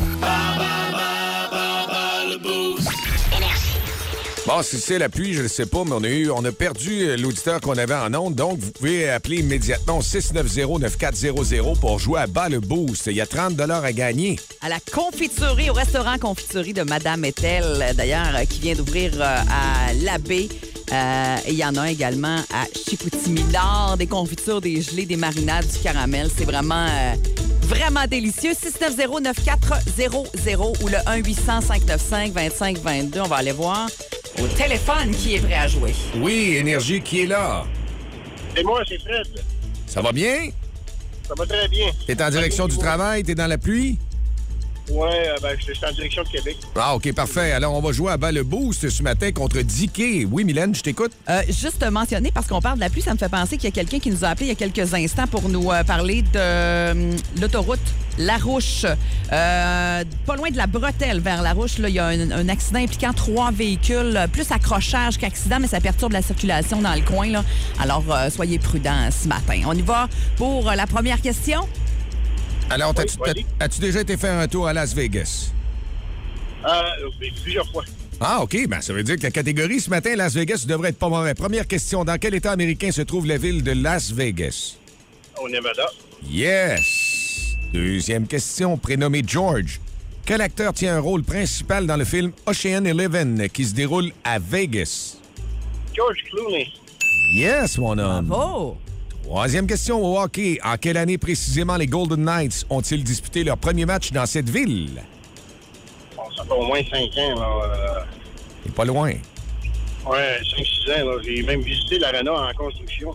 Speaker 3: Bon, si c'est la pluie, je ne sais pas, mais on a, eu, on a perdu euh, l'auditeur qu'on avait en onde. Donc, vous pouvez appeler immédiatement au 690-9400 pour jouer à bas le boost. Il y a 30 à gagner.
Speaker 4: à la confiturerie, au restaurant confiturerie de Madame Etel, euh, d'ailleurs, euh, qui vient d'ouvrir euh, à l'Abbé. Euh, et il y en a un également à Chicoutimi Nord, des confitures, des gelées, des marinades, du caramel. C'est vraiment, euh, vraiment délicieux. 690-9400 ou le 1-800-595-2522. On va aller voir au téléphone qui est prêt à jouer.
Speaker 3: Oui, Énergie qui est là.
Speaker 9: Et moi, c'est Fred.
Speaker 3: Ça va bien?
Speaker 9: Ça va très bien.
Speaker 3: T'es en direction du travail? T'es dans la pluie?
Speaker 9: Ouais, euh, ben, je suis en direction de Québec.
Speaker 3: Ah, OK, parfait. Alors, on va jouer à bas le boost ce matin contre Dicky. Oui, Mylène, je t'écoute.
Speaker 4: Euh, juste mentionner, parce qu'on parle de la pluie, ça me fait penser qu'il y a quelqu'un qui nous a appelé il y a quelques instants pour nous euh, parler de euh, l'autoroute Larouche. Euh, pas loin de la bretelle vers Larouche, là, il y a un, un accident impliquant trois véhicules, euh, plus accrochage qu'accident, mais ça perturbe la circulation dans le coin. là. Alors, euh, soyez prudents ce matin. On y va pour euh, la première question.
Speaker 3: Alors, t'as-tu-
Speaker 9: Oui, vas-y.
Speaker 3: t'as- as-tu déjà été faire un tour à Las Vegas?
Speaker 9: Euh, oui, plusieurs fois.
Speaker 3: Ah, OK. Ben, ça veut dire que la catégorie ce matin, Las Vegas, devrait être pas mauvais. Première question. Dans quel état américain se trouve la ville de Las Vegas?
Speaker 9: Au Nevada.
Speaker 3: Yes! Deuxième question. Prénommé George. Quel acteur tient un rôle principal dans le film Ocean Eleven qui se déroule à Vegas?
Speaker 9: George Clooney.
Speaker 3: Yes, mon homme.
Speaker 4: Oh!
Speaker 3: Troisième question au hockey. En quelle année précisément les Golden Knights ont-ils disputé leur premier match dans cette ville?
Speaker 9: Bon, ça fait au moins 5 ans, là.
Speaker 3: Et pas loin.
Speaker 9: euh, ouais, 5-6 ans, là. J'ai même visité l'Arena en construction.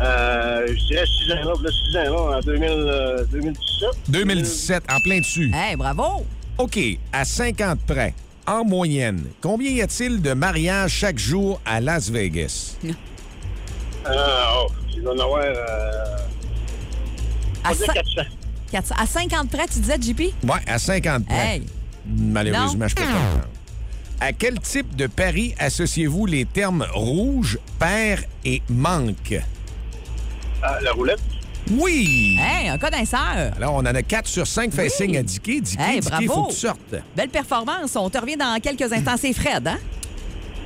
Speaker 9: Euh, je dirais 6 ans, là. Là, 6 ans, là, en 2000, euh, 2017.
Speaker 3: 2017, en plein dessus.
Speaker 4: Eh, bravo!
Speaker 3: OK, à 50 près, en moyenne, combien y a-t-il de mariages chaque jour à Las Vegas?
Speaker 9: Euh, oh, il doit en avoir, euh, on
Speaker 4: À,
Speaker 9: va dire
Speaker 4: cin-
Speaker 9: 400.
Speaker 4: 400 à 50 près, tu disais, JP?
Speaker 3: Ouais, à 50 près.
Speaker 4: Hey!
Speaker 3: Malheureusement,
Speaker 4: Non. Hmm.
Speaker 3: je peux pas comprendre. À quel type de pari associez-vous les termes rouge, perd et manque?
Speaker 9: Ah, la roulette.
Speaker 3: Oui!
Speaker 4: Hey, un connaisseur!
Speaker 3: Alors, on en a 4 sur 5 fait signe à Dicky. Dicky,
Speaker 4: Hey,
Speaker 3: Dicky,
Speaker 4: bravo.
Speaker 3: faut que tu sortes.
Speaker 4: Belle performance. On te revient dans quelques instants. C'est Fred, hein?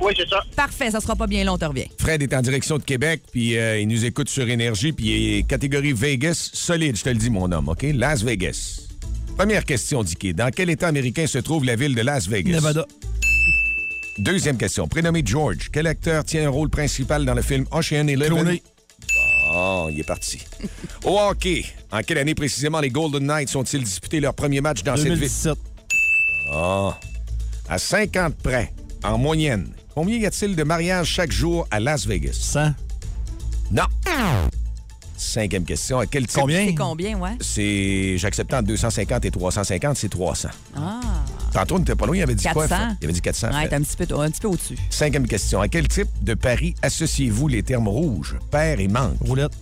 Speaker 9: Oui, c'est ça.
Speaker 4: Parfait, ça sera pas bien long, on te revient.
Speaker 3: Fred est en direction de Québec, puis euh, il nous écoute sur Énergie, puis il est catégorie Vegas solide, je te le dis, mon homme, OK? Las Vegas. Première question, Dicky. Dans quel État américain se trouve la ville de Las Vegas?
Speaker 5: Nevada.
Speaker 4: Ah,
Speaker 3: Deuxième question. Prénommé George, quel acteur tient un rôle principal dans le film Ocean Eleven?
Speaker 5: Clooney.
Speaker 3: Bon, il est parti. Au hockey, en quelle année précisément les Golden Knights ont-ils disputé leur premier match dans cette ville?
Speaker 5: 2017.
Speaker 3: À 50 près, en moyenne, combien y a-t-il de mariages chaque jour à Las Vegas?
Speaker 5: 100.
Speaker 3: Non. Cinquième question. À quel type?
Speaker 5: Combien?
Speaker 4: C'est combien, ouais?
Speaker 3: C'est. J'accepte entre 250 et 350, c'est 300.
Speaker 4: Ah,
Speaker 3: Tantôt, on n'était pas loin, il avait dit quoi?
Speaker 4: 400?
Speaker 3: Fred? Il avait dit 400.
Speaker 4: ouais,
Speaker 3: Fred.
Speaker 4: t'es un petit peu, un petit peu au-dessus.
Speaker 3: Cinquième question. À quel type de pari associez-vous les termes rouges, paire et manque?
Speaker 5: Roulette.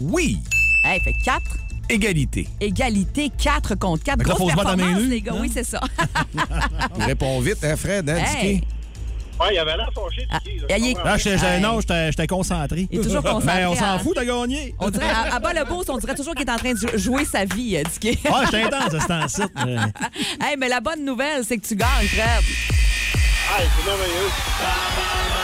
Speaker 3: Oui!
Speaker 4: Hey, fait 4.
Speaker 3: Égalité.
Speaker 4: Égalité 4 contre 4.
Speaker 5: Fait que là,
Speaker 4: Grosse
Speaker 5: faut se battre à main
Speaker 4: performance,
Speaker 5: nue,
Speaker 4: les gars.
Speaker 5: hein?
Speaker 4: Oui, c'est ça.
Speaker 3: Il répond vite, hein, Fred? Hein,
Speaker 4: Hey.
Speaker 3: Dicky?
Speaker 9: Ouais, il avait l'air fâché.
Speaker 4: Ah,
Speaker 9: Dicky, là,
Speaker 4: ah, il est-
Speaker 9: je comprends.
Speaker 5: Là, j'étais
Speaker 4: Hey.
Speaker 5: non, j'étais j'étais concentré.
Speaker 4: Il est toujours concentré,
Speaker 5: Mais on
Speaker 4: hein?
Speaker 5: s'en fout, t'as gagné.
Speaker 4: On dirait, à, à bas le boss, on dirait toujours qu'il est en train de jouer sa vie, euh, Dicky.
Speaker 5: Ah, j'étais intense, c'était en site. mais-
Speaker 4: hey, mais la bonne nouvelle, c'est que tu gagnes, Fred.
Speaker 9: Ah, c'est merveilleux.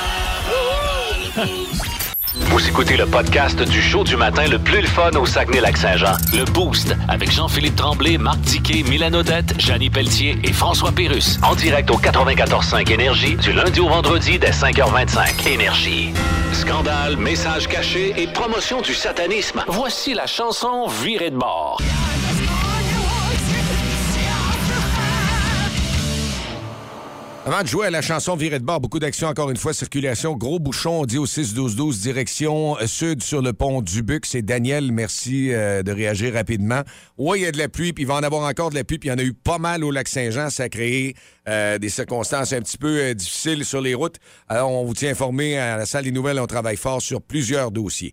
Speaker 2: Vous écoutez le podcast du show du matin le plus le fun au Saguenay-Lac-Saint-Jean. Le Boost avec Jean-Philippe Tremblay, Marc Diquet, Milan Odette, Janine Pelletier et François Pérus. En direct au 94.5 Énergie du lundi au vendredi dès 5h25. Énergie. Scandale, messages cachés et promotion du satanisme. Voici la chanson Virée de bord.
Speaker 3: Avant de jouer à la chanson Virée de bord, beaucoup d'actions encore une fois, circulation, gros bouchon, on dit au 6-12-12, direction sud sur le pont Dubuc. C'est Daniel, merci euh, de réagir rapidement. Oui, il y a de la pluie, puis il va en avoir encore de la pluie, puis il y en a eu pas mal au lac Saint-Jean. Ça a créé euh, des circonstances un petit peu euh, difficiles sur les routes. Alors, on vous tient informé à la salle des nouvelles, on travaille fort sur plusieurs dossiers.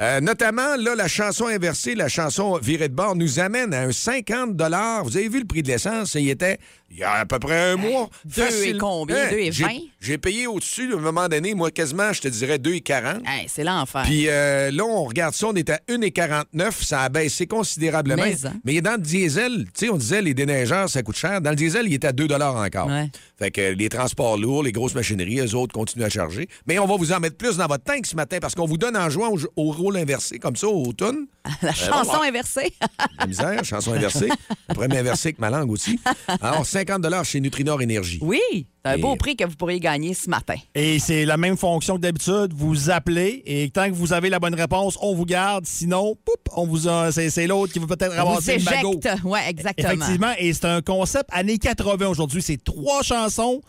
Speaker 3: Euh, notamment, là, la chanson inversée, la chanson virée de bord, nous amène à un 50 Vous avez vu le prix de l'essence? Il était Il y a à peu près un mois.
Speaker 4: deux et combien? Deux et
Speaker 3: Hein? j'ai-
Speaker 4: vingt?
Speaker 3: J'ai payé au-dessus, à un moment donné, moi, quasiment, je te dirais 2,40.
Speaker 4: Hey, c'est l'enfer.
Speaker 3: Puis euh, là, on regarde ça, on est à 1,49. Ça a baissé considérablement.
Speaker 4: Mais, hein.
Speaker 3: dans le diesel, tu sais, on disait les déneigeurs, ça coûte cher. Dans le diesel, il est à 2 encore.
Speaker 4: Ouais.
Speaker 3: Fait que les transports lourds, les grosses machineries, eux autres continuent à charger. Mais on va vous en mettre plus dans votre tank ce matin parce qu'on vous donne en jouant au, au rôle inversé, comme ça, au automne.
Speaker 4: La chanson inversée.
Speaker 3: La misère, chanson inversée. On pourrait m'inverser avec ma langue aussi. Alors, 50 chez Nutrinor Énergie.
Speaker 4: oui, c'est un
Speaker 3: Et-
Speaker 4: beau prix que vous pourriez gagner ce matin.
Speaker 5: Et c'est la même fonction que d'habitude. Vous appelez et tant que vous avez la bonne réponse, on vous garde. Sinon, poup, on vous a- c'est, c'est l'autre qui va peut-être
Speaker 4: On
Speaker 5: ramasser le magot.
Speaker 4: s'éjecte. Oui, exactement.
Speaker 5: Effectivement, et c'est un concept années 80 aujourd'hui. C'est trois chansons.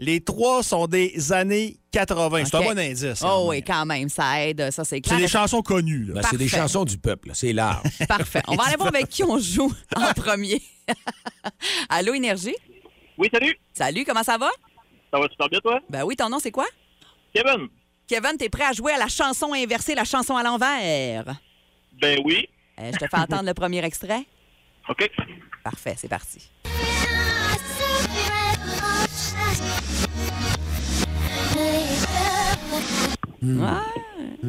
Speaker 5: Les trois sont des années 80. C'est un
Speaker 4: OK.
Speaker 5: bon indice.
Speaker 4: Oh
Speaker 5: quand
Speaker 4: oui,
Speaker 5: même.
Speaker 4: quand même, ça aide, ça c'est
Speaker 5: C'est
Speaker 4: clair.
Speaker 5: des chansons connues. là.
Speaker 3: Ben, c'est des
Speaker 4: Parfait.
Speaker 3: chansons du peuple, là. c'est large.
Speaker 4: Parfait. On va aller voir avec qui on joue en premier. Allô, Énergie?
Speaker 9: Oui, salut.
Speaker 4: Salut, comment ça va?
Speaker 9: Ça va super bien, toi?
Speaker 4: Ben oui, ton nom, c'est quoi?
Speaker 9: Kevin?
Speaker 4: Kevin, t'es prêt à jouer à la chanson inversée, la chanson à l'envers?
Speaker 9: Ben oui.
Speaker 4: Euh, je te fais entendre le premier extrait.
Speaker 9: OK.
Speaker 4: Parfait, c'est parti. Ouais,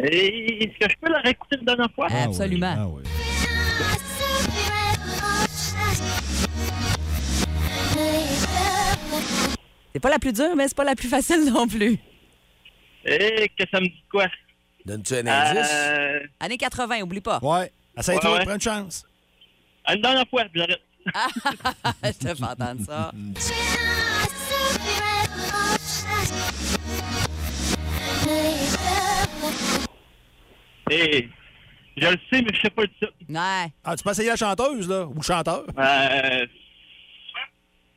Speaker 9: Et est-ce que je peux la réécouter une dernière
Speaker 5: Ah
Speaker 9: fois?
Speaker 4: absolument. C'est pas la plus dure, mais c'est pas la plus facile non plus.
Speaker 9: Et Eh, que ça me dit quoi?
Speaker 3: Donne-tu un indice?
Speaker 9: Euh,
Speaker 4: Années 80, oublie pas.
Speaker 5: Ouais. Essaye-toi,
Speaker 9: Ouais, ouais.
Speaker 5: prends une chance.
Speaker 9: une dernière fois, puis j'arrête.
Speaker 4: je te fais entendre ça.
Speaker 9: Et Eh, je le sais, mais je sais pas le titre.
Speaker 4: Ouais.
Speaker 5: Ah, tu peux essayer la chanteuse, là, ou le chanteur.
Speaker 9: Euh...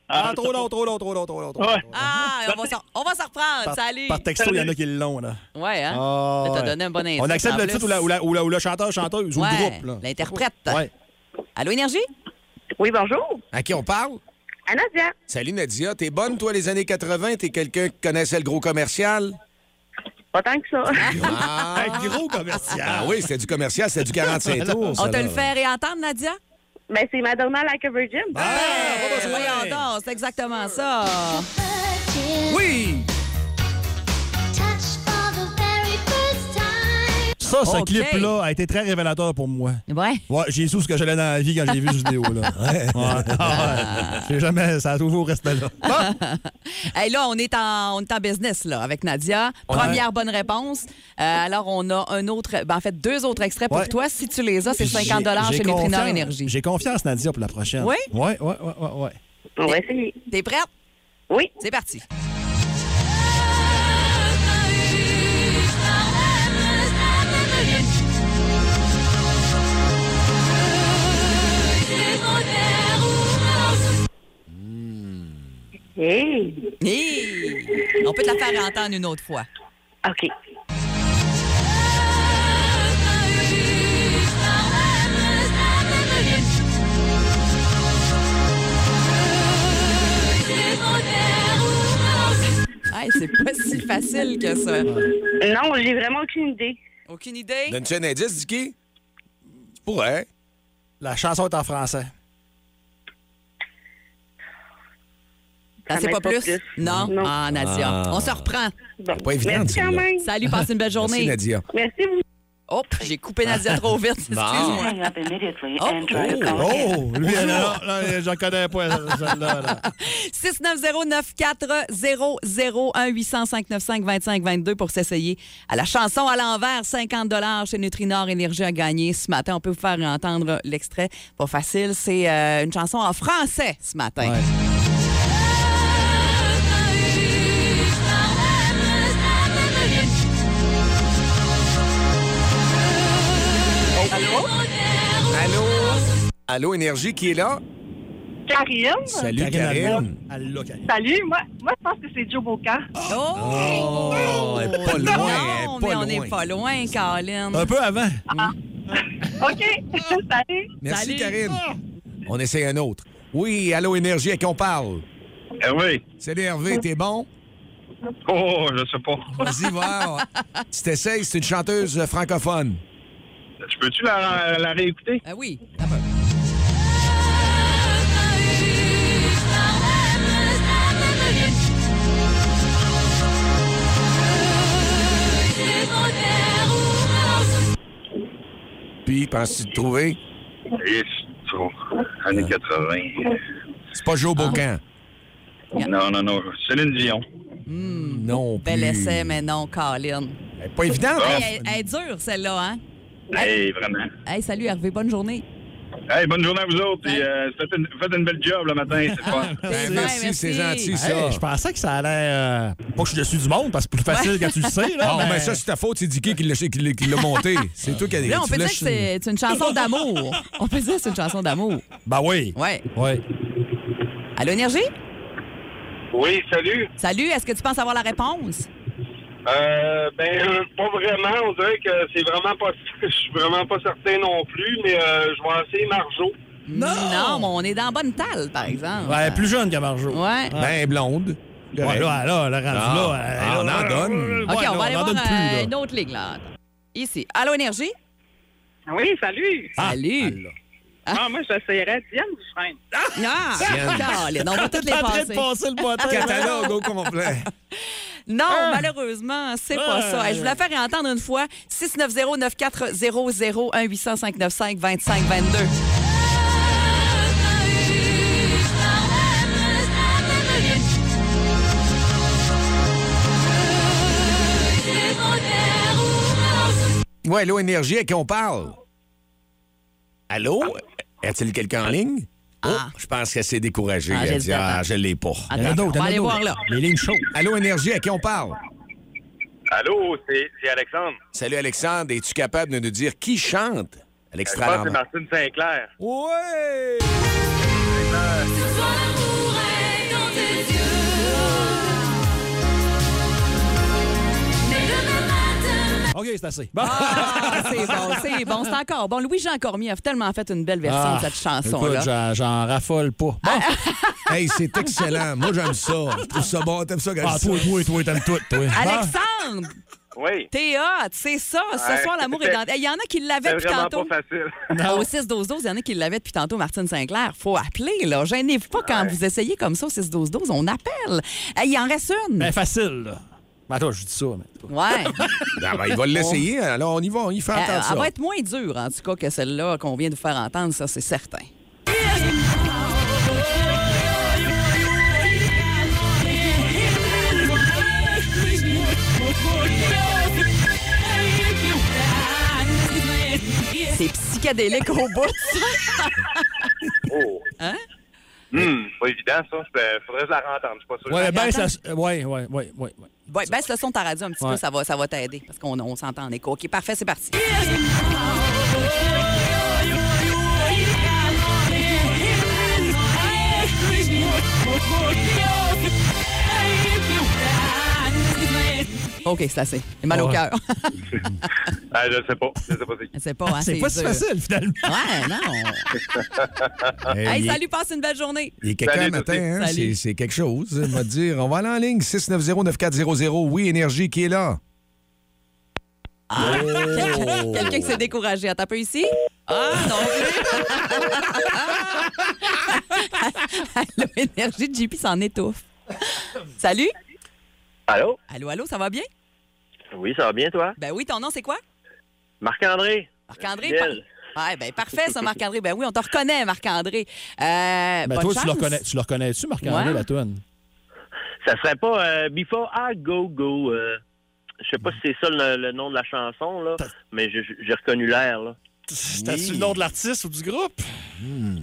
Speaker 5: Ah, trop long, trop long, trop long, trop long. trop long.
Speaker 9: Ouais.
Speaker 4: Ah, on va s'en- on va s'en reprendre.
Speaker 5: Par,
Speaker 4: Salut.
Speaker 5: par texto, il y en a qui le l'ont, là.
Speaker 4: Ouais, hein?
Speaker 5: Ah,
Speaker 4: Là, t'as
Speaker 5: ouais.
Speaker 4: donné un bon indice.
Speaker 5: On accepte
Speaker 4: en
Speaker 5: le
Speaker 4: plus.
Speaker 5: titre ou, la- ou la- ou la- ou le chanteur, chanteuse, ou
Speaker 4: Ouais,
Speaker 5: le groupe, là.
Speaker 4: l'interprète.
Speaker 5: Ouais.
Speaker 4: Allô, Énergie?
Speaker 10: Oui, bonjour.
Speaker 3: À qui on parle?
Speaker 10: Anadia.
Speaker 3: Salut Nadia, t'es bonne toi les années 80, t'es quelqu'un qui connaissait le gros commercial?
Speaker 10: Pas tant que ça.
Speaker 3: Ah,
Speaker 5: Un gros commercial.
Speaker 3: Ah oui, c'était du commercial, c'était du 45 tours. ça,
Speaker 4: On te
Speaker 3: là.
Speaker 4: le fait réentendre, Nadia?
Speaker 10: ben, c'est Madonna Like a Virgin.
Speaker 5: Ah,
Speaker 4: Eh,
Speaker 5: pas besoin.
Speaker 4: voyons donc, c'est exactement ça.
Speaker 5: Oui! Ça, ce
Speaker 4: Ok.
Speaker 5: clip-là a été très révélateur pour moi.
Speaker 4: Ouais.
Speaker 5: Ouais, j'ai su ce que j'allais dans la vie quand j'ai vu cette vidéo-là. Ouais. Ah, ouais. J'ai jamais. Ça a toujours resté là.
Speaker 4: Hey, là, on est, en, on est en business là, avec Nadia. Première bonne réponse. Euh, alors, on a un autre, ben, en fait, deux autres extraits pour
Speaker 5: Ouais.
Speaker 4: toi. Si tu les as, c'est 50
Speaker 5: J'ai-
Speaker 4: chez
Speaker 5: j'ai
Speaker 4: Nutrinor
Speaker 5: confiance-
Speaker 4: Énergie.
Speaker 5: J'ai confiance, Nadia, pour la prochaine.
Speaker 4: Oui?
Speaker 5: Ouais, ouais, ouais, ouais, ouais.
Speaker 10: On va essayer.
Speaker 4: T'es prête?
Speaker 10: Oui.
Speaker 4: C'est parti.
Speaker 10: Hey.
Speaker 4: Hey! On peut te la faire entendre une autre fois.
Speaker 10: OK.
Speaker 4: Hey, c'est pas si facile que ça.
Speaker 10: Non, j'ai vraiment aucune idée.
Speaker 4: Aucune idée?
Speaker 3: Donne-tu un indice, Dicky? Tu pourrais.
Speaker 5: La chanson est en français.
Speaker 4: T'en sais
Speaker 10: Ça
Speaker 4: pas
Speaker 10: m'aide pas
Speaker 4: plus?
Speaker 10: plus.
Speaker 4: Non?
Speaker 10: Non.
Speaker 4: Ah, Nadia. On se reprend.
Speaker 10: Bon.
Speaker 3: pas évident,
Speaker 10: Merci quand
Speaker 3: celle-là.
Speaker 10: même.
Speaker 4: Salut, passe une belle
Speaker 3: Merci
Speaker 4: journée.
Speaker 3: Nadia.
Speaker 10: Merci, vous.
Speaker 4: Hop, j'ai coupé Nadia trop vite. Excuse-moi. Oh,
Speaker 5: Oh! Lui, là, là, là, j'en connais pas, celle-là. là.
Speaker 4: 690-9400-1800-595-2522 pour s'essayer à la chanson à l'envers. 50 chez Nutrinor Énergie à gagner ce matin. On peut vous faire entendre l'extrait. Pas facile. C'est euh, une chanson en français ce matin.
Speaker 5: Ouais.
Speaker 3: Allô? Allô, Énergie, qui est là?
Speaker 10: Karine.
Speaker 3: Salut, Karine.
Speaker 5: Karine. Allô, Karine.
Speaker 10: Salut. Moi, moi, je pense que c'est Joe Boca.
Speaker 4: Oh!
Speaker 3: elle est pas loin, elle est
Speaker 4: Non,
Speaker 3: pas
Speaker 4: mais on
Speaker 3: loin.
Speaker 4: n'est pas loin, Colin.
Speaker 5: Un peu avant.
Speaker 10: OK. Salut.
Speaker 3: Merci,
Speaker 4: Salut.
Speaker 3: Karine. On essaie un autre. Oui, Allô, Énergie, à qui on parle?
Speaker 9: Eh oui.
Speaker 3: Salut, Hervé, t'es bon?
Speaker 9: Oh, je sais pas.
Speaker 3: Vas-y, va. tu t'essayes, c'est une chanteuse euh, francophone.
Speaker 9: Tu peux-tu la, la réécouter?
Speaker 4: Ah oui, un peu.
Speaker 3: Penses-tu le trouver?
Speaker 9: Et c'est trop. Années 80.
Speaker 3: C'est pas
Speaker 4: Ah.
Speaker 3: Joe Beaucamp.
Speaker 9: Non, non, non. Céline Dion.
Speaker 3: Non plus.
Speaker 4: Bel essai, mais non, Colin.
Speaker 3: Elle est Pas évident.
Speaker 5: Ah,
Speaker 3: hein?
Speaker 4: Hey, elle, elle est dure, celle-là, hein?
Speaker 9: Hey, vraiment.
Speaker 4: Hey, salut Hervé, bonne journée.
Speaker 9: Hey, bonne journée à vous autres. Et, euh, faites, une, faites une belle job le matin, c'est fun.
Speaker 5: Ben,
Speaker 4: C'est vrai,
Speaker 3: merci, c'est gentil, ça.
Speaker 5: Hey, je pensais que ça allait. euh, Pas que je suis dessus du monde, parce que c'est plus facile quand tu le sais. Là,
Speaker 4: Ah,
Speaker 3: Non,
Speaker 5: mais-
Speaker 3: mais ben, ça, c'est ta faute. C'est Dicky qui l'a- qui l'a qui l'a monté. C'est toi qui a
Speaker 4: Là, on
Speaker 3: tu
Speaker 4: peut dire
Speaker 3: l'as
Speaker 4: que c'est c'est une chanson d'amour. On peut dire que c'est une chanson d'amour.
Speaker 5: Ben oui.
Speaker 4: Ouais.
Speaker 5: Ouais.
Speaker 4: Allô, Énergie?
Speaker 9: Oui, salut.
Speaker 4: Salut, est-ce que tu penses avoir la réponse?
Speaker 9: Euh, ben, euh, pas vraiment. On dirait que c'est vraiment pas. Je suis vraiment pas certain non plus, mais euh, je vais essayer Marjo.
Speaker 4: Non! mais on est dans bonne talle, par exemple.
Speaker 5: Ouais, plus jeune qu'à Marjo.
Speaker 4: Ouais.
Speaker 3: Ben blonde.
Speaker 5: Ouais, là, là, là, rendu
Speaker 3: Non.
Speaker 5: là,
Speaker 3: Ah, on en donne.
Speaker 4: OK,
Speaker 5: ouais,
Speaker 4: on
Speaker 5: non,
Speaker 4: va aller
Speaker 5: en
Speaker 4: voir
Speaker 5: donne plus,
Speaker 4: euh,
Speaker 5: là.
Speaker 4: une autre ligne, là. Attends. Ici. Allô, Énergie?
Speaker 10: Oui, salut.
Speaker 4: Salut.
Speaker 10: Ah, moi, j'essayerais Diane Dufresne.
Speaker 4: Ah!
Speaker 3: Tiens.
Speaker 4: Colin, on va toutes les
Speaker 5: T'es en train de
Speaker 4: passer.
Speaker 5: passer le bâton.
Speaker 3: Catalogue au complet.
Speaker 4: Non,
Speaker 5: Hein?
Speaker 4: malheureusement, c'est pas
Speaker 5: Ah.
Speaker 4: ça. Je vous la faire entendre une fois. 690-9400-1800-595-2522.
Speaker 3: Ouais, l'eau énergie à qui on parle. Allô? Y a-t-il quelqu'un en ligne?
Speaker 4: Ah.
Speaker 3: Oh, je pense qu'elle s'est découragée.
Speaker 4: Ah,
Speaker 3: elle
Speaker 4: j'ai
Speaker 3: a dit,
Speaker 4: le temps.
Speaker 3: ah, je l'ai pas.
Speaker 4: Attends,
Speaker 5: Il y en a d'autres,
Speaker 4: on va
Speaker 5: il
Speaker 4: aller
Speaker 5: y en a
Speaker 4: voir là.
Speaker 5: d'autres. Les lignes chaudes.
Speaker 3: Allô, énergie, à qui on parle?
Speaker 9: Allô, c'est c'est Alexandre.
Speaker 3: Salut, Alexandre. Es-tu capable de nous dire qui chante à
Speaker 9: Je
Speaker 3: l'extra
Speaker 9: pense que c'est Martine Sinclair.
Speaker 3: Ouais!
Speaker 5: OK, c'est assez. Bon.
Speaker 4: Ah, c'est bon, c'est bon, c'est encore bon. Louis-Jean Cormier a tellement fait une belle version de cette
Speaker 5: Ah, Écoute,
Speaker 4: chanson-là.
Speaker 5: j'en- j'en raffole pas. Bon,
Speaker 4: Ah,
Speaker 3: Hey, c'est excellent. Moi, j'aime ça. Je trouve ça bon. T'aimes ça, quand
Speaker 5: ah,
Speaker 3: je dis
Speaker 5: toi,
Speaker 3: ça?
Speaker 5: toi, toi, t'aimes tout, toi.
Speaker 4: Alexandre,
Speaker 9: Oui.
Speaker 4: t'es hot, c'est ça. Ce
Speaker 9: Ouais,
Speaker 4: soir, l'amour est dans... Il y en a qui l'avaient
Speaker 9: C'est
Speaker 4: depuis
Speaker 9: vraiment
Speaker 4: tantôt.
Speaker 9: pas facile.
Speaker 4: Au 6-12-12, il y en a qui l'avaient depuis tantôt, Martine Sinclair. Faut appeler, là. Gênez-vous pas quand vous essayez comme ça au 6-12-12. On appelle. Hey, il en reste une.
Speaker 5: Ben, facile, là. Ben, toi, je dis ça, mais.
Speaker 4: Ouais.
Speaker 3: Non, ben, il va l'essayer. Alors, on y va. On y fait
Speaker 4: elle,
Speaker 3: entendre
Speaker 4: Euh, Eh, elle va
Speaker 3: ça.
Speaker 4: être moins dure, en tout cas, que celle-là qu'on vient de vous faire entendre, ça, c'est certain. C'est psychédélique au bout.
Speaker 9: Oh.
Speaker 4: Hein?
Speaker 9: Hum, pas évident, ça. Faudrait- Faudrait que je la rentendre, je suis pas sûr.
Speaker 5: Ouais, ben,
Speaker 4: attends.
Speaker 5: ça. se- Ouais, ouais, ouais, ouais. ouais.
Speaker 4: Ouais, baisse le son de ta radio un petit peu,
Speaker 5: Ouais.
Speaker 4: ça va, ça va t'aider parce qu'on on s'entend en écho. OK, parfait, c'est parti. OK, c'est assez. J'ai mal au
Speaker 5: Ouais.
Speaker 4: cœur.
Speaker 9: Ah, je sais pas. Je sais pas c'est qui.
Speaker 4: c'est pas, hein,
Speaker 5: C'est pas si
Speaker 4: dur.
Speaker 5: facile, finalement.
Speaker 4: Ouais, non.
Speaker 5: Eh
Speaker 3: Hey,
Speaker 4: Hey,
Speaker 3: il-
Speaker 4: salut, passe une belle journée.
Speaker 3: Il est quelqu'un
Speaker 9: Salut,
Speaker 3: matin,
Speaker 9: Sophie.
Speaker 3: hein?
Speaker 4: Salut.
Speaker 3: C'est- c'est quelque chose. On va dire, on va aller en ligne, 690-9400. Oui, Énergie qui est là.
Speaker 4: Quel- Quelqu'un qui s'est découragé. Attends un peu ici. Ah, non Allô, Énergie, JP s'en étouffe. Salut.
Speaker 9: Allô?
Speaker 4: Allô, allô, ça va bien?
Speaker 9: Oui, ça va bien, toi?
Speaker 4: Ben oui, ton nom, c'est quoi?
Speaker 9: Marc-André?
Speaker 4: Marc-André?
Speaker 9: Fidèle.
Speaker 4: par- Ouais, ben parfait, ça, Marc-André. Ben oui, on te reconnaît, Marc-André. Euh,
Speaker 5: Mais
Speaker 4: bonne
Speaker 5: Ben toi,
Speaker 4: chance.
Speaker 5: tu le reconnais- tu le reconnais-tu, Marc-André,
Speaker 4: Ouais.
Speaker 5: la toune?
Speaker 9: Ça serait pas euh, Before I Go Go. euh, je sais pas si c'est ça le, le nom de la chanson, là, mais je- je- j'ai reconnu l'air. là.
Speaker 5: T'as-tu le nom de l'artiste ou du groupe?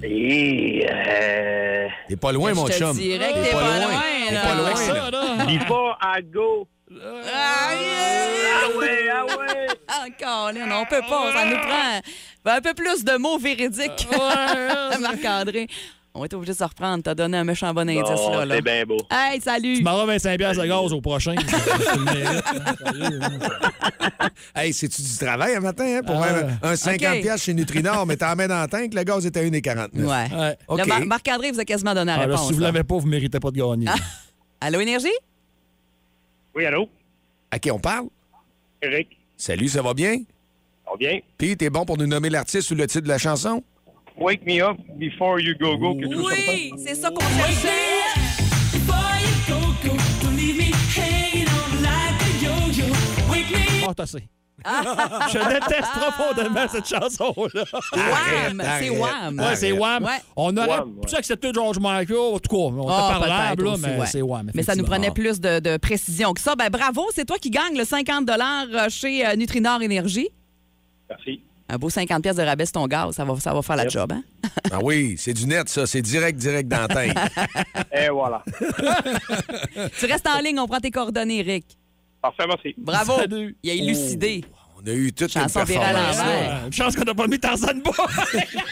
Speaker 9: Et, euh,
Speaker 3: T'es pas loin, mon
Speaker 4: Ben, Je te
Speaker 3: chum.
Speaker 4: dirais que t'es pas loin,
Speaker 3: T'es
Speaker 4: là.
Speaker 3: pas loin,
Speaker 4: Ouais,
Speaker 3: là.
Speaker 9: Before I Go.
Speaker 4: Ah, yeah!
Speaker 9: Ah ouais, ah ouais.
Speaker 4: Encore, là, on peut pas, ça nous prend ben, un peu plus de mots véridiques. Marc-André, on est obligé de se reprendre. T'as donné un méchant bon indice,
Speaker 9: Bon,
Speaker 4: là. là.
Speaker 9: c'est bien beau.
Speaker 4: Hey,
Speaker 5: Tu
Speaker 4: salut!
Speaker 5: m'auras 25 piastres de gaz au prochain. Tu le mérites.
Speaker 3: Hey, c'est-tu du travail un matin, hein, pour
Speaker 5: Ah.
Speaker 3: un, un 50$
Speaker 4: OK.
Speaker 3: piastres chez Nutrinor, mais t'en mets dans la tank, le gaz est à 1,49$.
Speaker 4: Ouais.
Speaker 5: Ouais.
Speaker 3: OK.
Speaker 4: Là, Mar- Marc-André vous a quasiment donné la
Speaker 5: Ah, là,
Speaker 4: réponse.
Speaker 5: si vous
Speaker 4: là.
Speaker 5: l'avez pas, vous méritez pas de gagner.
Speaker 4: Ah. Allô, Énergie?
Speaker 9: Oui, allô?
Speaker 3: À qui on parle?
Speaker 9: Eric,
Speaker 3: Salut, ça va bien?
Speaker 9: on vient?
Speaker 3: Puis, t'es bon pour nous nommer l'artiste ou le titre de la chanson?
Speaker 9: Wake me up before you go go. quelque chose comme ça.
Speaker 4: Oui, c'est ça qu'on cherchait.
Speaker 5: Ah, t'as assez.
Speaker 11: Je déteste profondément cette chanson-là.
Speaker 9: Ah,
Speaker 4: Wham! C'est Wham!
Speaker 11: Ouais, c'est Wham.
Speaker 4: Ouais.
Speaker 11: On aurait
Speaker 9: Wham, ouais.
Speaker 11: pu accepter George Michael, en tout cas, on
Speaker 4: Ah,
Speaker 11: t'a parlé,
Speaker 4: peut-être
Speaker 11: là,
Speaker 4: aussi,
Speaker 11: mais
Speaker 4: ouais.
Speaker 11: c'est Wham.
Speaker 4: Mais ça nous
Speaker 11: effectivement.
Speaker 4: prenait plus de, de précision que ça. Ben, bravo, c'est toi qui gagne le 50 chez euh, Nutrinor Énergie.
Speaker 9: Merci.
Speaker 4: Un beau 50 pièces de rabais sur ton gaz, ça va, ça va faire la job. Hein?
Speaker 3: Ah oui, c'est du net, ça. C'est direct, direct dans la tête.
Speaker 9: Et voilà.
Speaker 4: tu restes en ligne, on prend tes coordonnées, Eric. Oh.
Speaker 9: Parfait, merci.
Speaker 4: Bravo.
Speaker 11: Salut.
Speaker 4: Il a élucidé.
Speaker 3: On a eu toute
Speaker 4: Chanson
Speaker 3: une
Speaker 4: virale
Speaker 3: performance.
Speaker 4: en
Speaker 3: là.
Speaker 4: l'air.
Speaker 11: Ouais, Une chance qu'on n'a pas mis Tarzan Boy.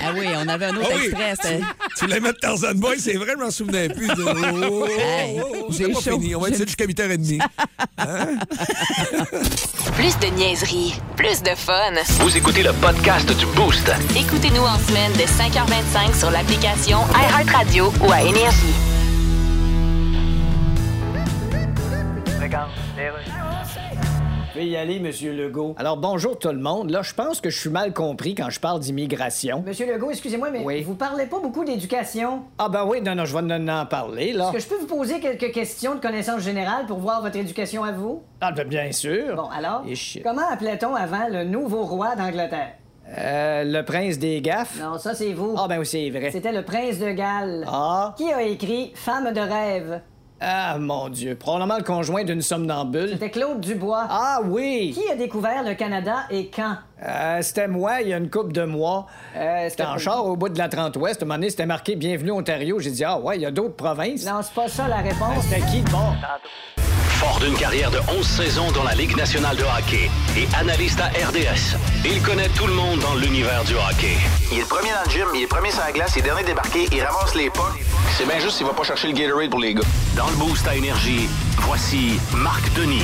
Speaker 4: Ah oui, on avait un autre
Speaker 3: Ah oui.
Speaker 4: extrait. c'était-
Speaker 3: Tu voulais mettre Tarzan Boy, c'est vrai, je m'en souvenais plus. De... Oh, oh,
Speaker 4: Hey,
Speaker 3: oh, oh,
Speaker 4: j'ai
Speaker 3: c'est pas
Speaker 4: chaud.
Speaker 3: fini. On va être
Speaker 4: J'ai-
Speaker 3: jusqu'à 8h30.
Speaker 1: Plus de niaiserie, plus de fun.
Speaker 2: Vous écoutez le podcast du Boost.
Speaker 1: Écoutez-nous en semaine de 5h25 sur l'application iHeartRadio ou à Énergie.
Speaker 7: Je vais y aller, Monsieur Legault. Alors, bonjour tout le monde. Là, je pense que je suis mal compris quand je parle d'immigration.
Speaker 8: Monsieur Legault, excusez-moi, mais
Speaker 7: Oui.
Speaker 8: vous parlez pas beaucoup d'éducation.
Speaker 7: Ah ben oui, non, non, je vais en en parler, là.
Speaker 8: Est-ce que je peux vous poser quelques questions de connaissance générale pour voir votre éducation à vous?
Speaker 7: Ah ben bien sûr.
Speaker 8: Bon, alors,
Speaker 7: Et shit.
Speaker 8: comment appelait-on avant le nouveau roi d'Angleterre?
Speaker 7: Euh, le prince des gaffes.
Speaker 8: Non, ça, c'est vous.
Speaker 7: Ah ben oui, c'est vrai.
Speaker 8: C'était le prince de Galles.
Speaker 7: Ah.
Speaker 8: Qui a écrit Femme de rêve?
Speaker 7: Ah mon Dieu, probablement le conjoint d'une somnambule.
Speaker 8: C'était Claude Dubois.
Speaker 7: Ah oui.
Speaker 8: Qui a découvert le Canada et quand?
Speaker 7: Euh, c'était moi, il y a une coupe de mois.
Speaker 8: Euh,
Speaker 7: C'était en
Speaker 8: c'était-
Speaker 7: char au bout de la 30 Ouest. Un moment donné, c'était marqué Bienvenue Ontario. J'ai dit, ah ouais, il y a d'autres provinces.
Speaker 8: Non, c'est pas ça la
Speaker 7: Ah,
Speaker 8: réponse.
Speaker 7: C'était qui le bon?
Speaker 2: Fort d'une carrière de 11 saisons dans la Ligue nationale de hockey et analyste à RDS, il connaît tout le monde dans l'univers du hockey.
Speaker 5: Il est le premier dans le gym, il est le premier sur la glace, il est dernier débarqué, il ramasse les pas. C'est bien juste s'il va pas chercher le Gatorade pour les gars.
Speaker 2: Dans le Boost à Énergie, voici Marc Denis.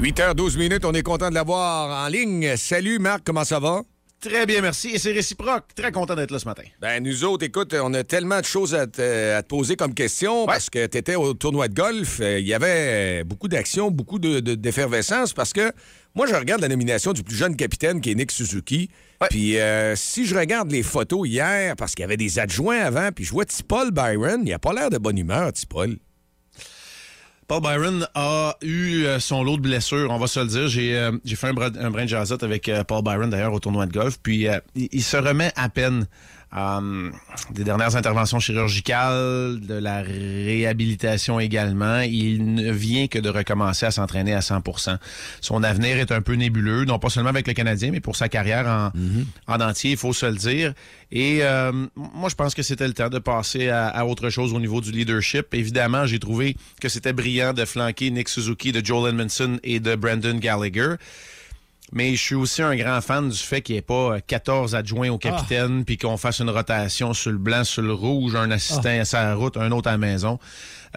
Speaker 3: 8h12 minutes, on est content de l'avoir en ligne. Salut Marc, comment ça va?
Speaker 5: Très bien, merci. Et c'est réciproque. Très content d'être là ce matin.
Speaker 3: Ben, nous autres, écoute, on a tellement de choses à te, à te poser comme question parce que tu étais au tournoi de golf. Euh, Il y avait euh, beaucoup d'action, beaucoup de- de- d'effervescence parce que moi, je regarde la nomination du plus jeune capitaine qui est Nick Suzuki. Puis euh, si je regarde les photos hier, parce qu'il y avait des adjoints avant, puis je vois Tipol Byron, il a pas l'air de bonne humeur, Tipol.
Speaker 5: Paul Byron a eu euh, son lot de blessures, on va se le dire. J'ai euh, j'ai fait un, brin- un brin de jazzette avec euh, Paul Byron d'ailleurs au tournoi de golf. Puis euh, il, il se remet à peine euh, des dernières interventions chirurgicales, de la réhabilitation également. Il ne vient que de recommencer à s'entraîner à 100 Son avenir est un peu nébuleux, non pas seulement avec le Canadien, mais pour sa carrière en, en entier, il faut se le dire. Et euh, moi, je pense que c'était le temps de passer à, à autre chose au niveau du leadership. Évidemment, j'ai trouvé que c'était brillant de flanquer Nick Suzuki, de Joel Edmondson et de Brandon Gallagher. Mais je suis aussi un grand fan du fait qu'il n'y ait pas euh, 14 adjoints au capitaine, puis qu'on fasse une rotation sur le blanc, sur le rouge, un assistant à sa route, un autre à la maison.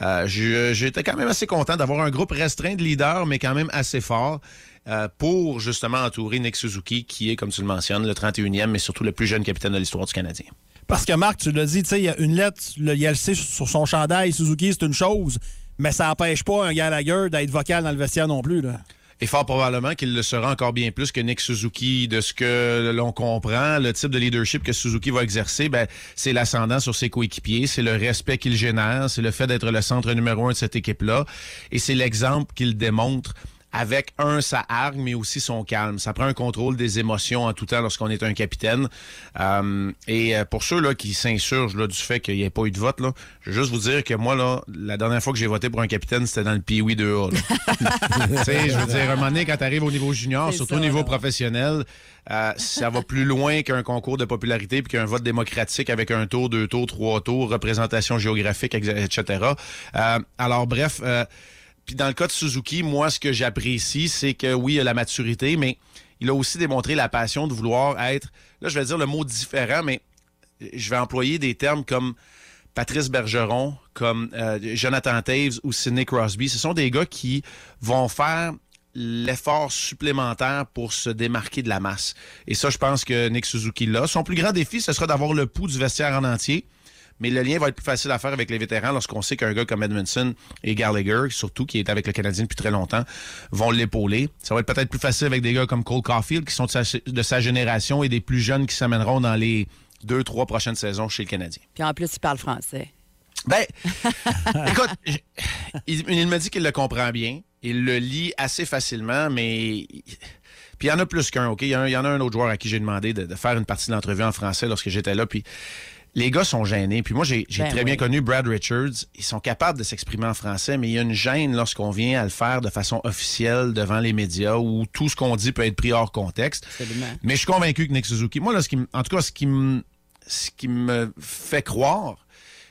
Speaker 5: Euh, j'ai- J'étais quand même assez content d'avoir un groupe restreint de leaders, mais quand même assez fort, euh, pour justement entourer Nick Suzuki, qui est, comme tu le mentionnes, le 31e, mais surtout le plus jeune capitaine de l'histoire du Canadien.
Speaker 11: Parce que Marc, tu l'as dit, tu sais, il y a une lettre, tu l'as- il y a le C sur son chandail, Suzuki, c'est une chose, mais ça n'empêche pas un Gallagher d'être vocal dans le vestiaire non plus. Là.
Speaker 5: Et fort probablement qu'il le sera encore bien plus que Nick Suzuki, de ce que l'on comprend, le type de leadership que Suzuki va exercer, ben, c'est l'ascendant sur ses coéquipiers, c'est le respect qu'il génère, c'est le fait d'être le centre numéro un de cette équipe-là, et c'est l'exemple qu'il démontre avec, un, sa hargne, mais aussi son calme. Ça prend un contrôle des émotions en tout temps lorsqu'on est un capitaine. Euh, et euh, pour ceux là, qui s'insurgent là, du fait qu'il n'y ait pas eu de vote, là, je veux juste vous dire que moi, là, la dernière fois que j'ai voté pour un capitaine, c'était dans le Pee-Wee 2A. là. Tu sais, je veux dire, à un moment donné, quand tu arrives au niveau junior,
Speaker 4: C'est
Speaker 5: surtout
Speaker 4: ça,
Speaker 5: au niveau
Speaker 4: là.
Speaker 5: professionnel, euh, ça va plus loin qu'un concours de popularité puis qu'un vote démocratique avec un tour, deux tours, trois tours, représentation géographique, ex- etc. Euh, alors, bref, euh, puis dans le cas de Suzuki, moi, ce que j'apprécie, c'est que oui, il a la maturité, mais il a aussi démontré la passion de vouloir être, là, je vais dire le mot différent, mais je vais employer des termes comme Patrice Bergeron, comme euh, Jonathan Taves ou Sidney Crosby. Ce sont des gars qui vont faire l'effort supplémentaire pour se démarquer de la masse. Et ça, je pense que Nick Suzuki l'a. Son plus grand défi, ce sera d'avoir le pouls du vestiaire en entier. Mais le lien va être plus facile à faire avec les vétérans lorsqu'on sait qu'un gars comme Edmondson et Gallagher, surtout qui est avec le Canadien depuis très longtemps, vont l'épauler. Ça va être peut-être plus facile avec des gars comme Cole Caulfield qui sont de sa, de sa génération et des plus jeunes qui s'amèneront dans les deux, trois prochaines saisons chez le Canadien.
Speaker 4: Puis en plus, il parle français.
Speaker 5: Ben, écoute, je- il, il me dit qu'il le comprend bien.
Speaker 2: Il le lit assez facilement, mais. Puis il y en a plus qu'un, OK? Il y, en a- il y en a un autre joueur à qui j'ai demandé de, de faire une partie de l'entrevue en français lorsque j'étais là. Puis les gars sont gênés. Puis moi, j'ai j'ai
Speaker 7: Ben
Speaker 2: très
Speaker 7: oui.
Speaker 2: bien connu Brad Richards. Ils sont capables de s'exprimer en français, mais il y a une gêne lorsqu'on vient à le faire de façon officielle devant les médias où tout ce qu'on dit peut être pris hors contexte. Mais je suis convaincu que Nick Suzuki, moi, là, ce qui, m- en tout cas, ce qui, m- ce qui me fait croire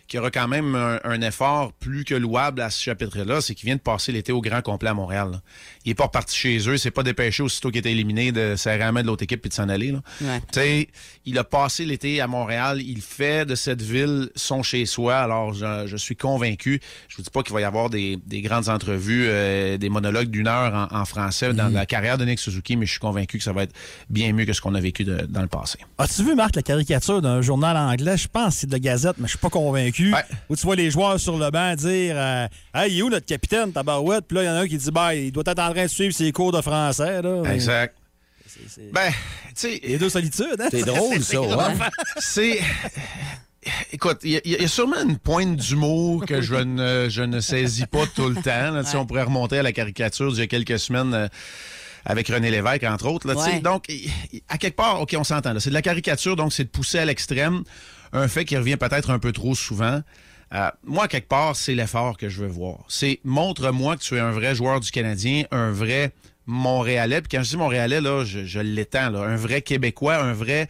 Speaker 2: qu'il y aura quand même un, un effort plus que louable à ce chapitre-là, c'est qu'il vient de passer l'été au grand complet à Montréal. là. Il n'est pas reparti chez eux, il s'est pas dépêché aussitôt qu'il était éliminé de serrer la main de l'autre équipe puis de s'en aller. là. Tu sais, il a passé l'été à Montréal, il fait de cette ville son chez-soi, alors je, je suis convaincu, je vous dis pas qu'il va y avoir des, des grandes entrevues, euh, des monologues d'une heure en, en français dans la carrière de Nick Suzuki, mais je suis convaincu que ça va être bien mieux que ce qu'on a vécu de- dans le passé.
Speaker 5: As-tu vu, Marc, la caricature d'un journal anglais? Je pense que c'est de la Gazette, mais je suis pas convaincu. Où tu vois les joueurs sur le banc dire euh, Hey, il est où notre capitaine, Tabarouette? Puis là, il y en a un qui dit bah, Il doit être en train de suivre ses cours de français. Là.
Speaker 2: Exact. Ben, tu sais.
Speaker 5: Les deux solitudes, hein?
Speaker 2: C'est drôle, ça, ouais. C'est. Écoute, il y a- il y, a sûrement une pointe d'humour que je ne, je ne saisis pas tout le temps. là. Tu sais, On pourrait remonter à la caricature d'il y a quelques semaines euh, avec René Lévesque, entre autres. là, tu sais.
Speaker 7: Ouais.
Speaker 2: Donc, il- il- à quelque part, OK, on s'entend. là. C'est de la caricature, donc c'est de pousser à l'extrême un fait qui revient peut-être un peu trop souvent. Euh, moi, à quelque part, c'est l'effort que je veux voir. C'est montre-moi que tu es un vrai joueur du Canadien, un vrai Montréalais. Puis quand je dis Montréalais, là, je, je l'étends. là. Un vrai Québécois, un vrai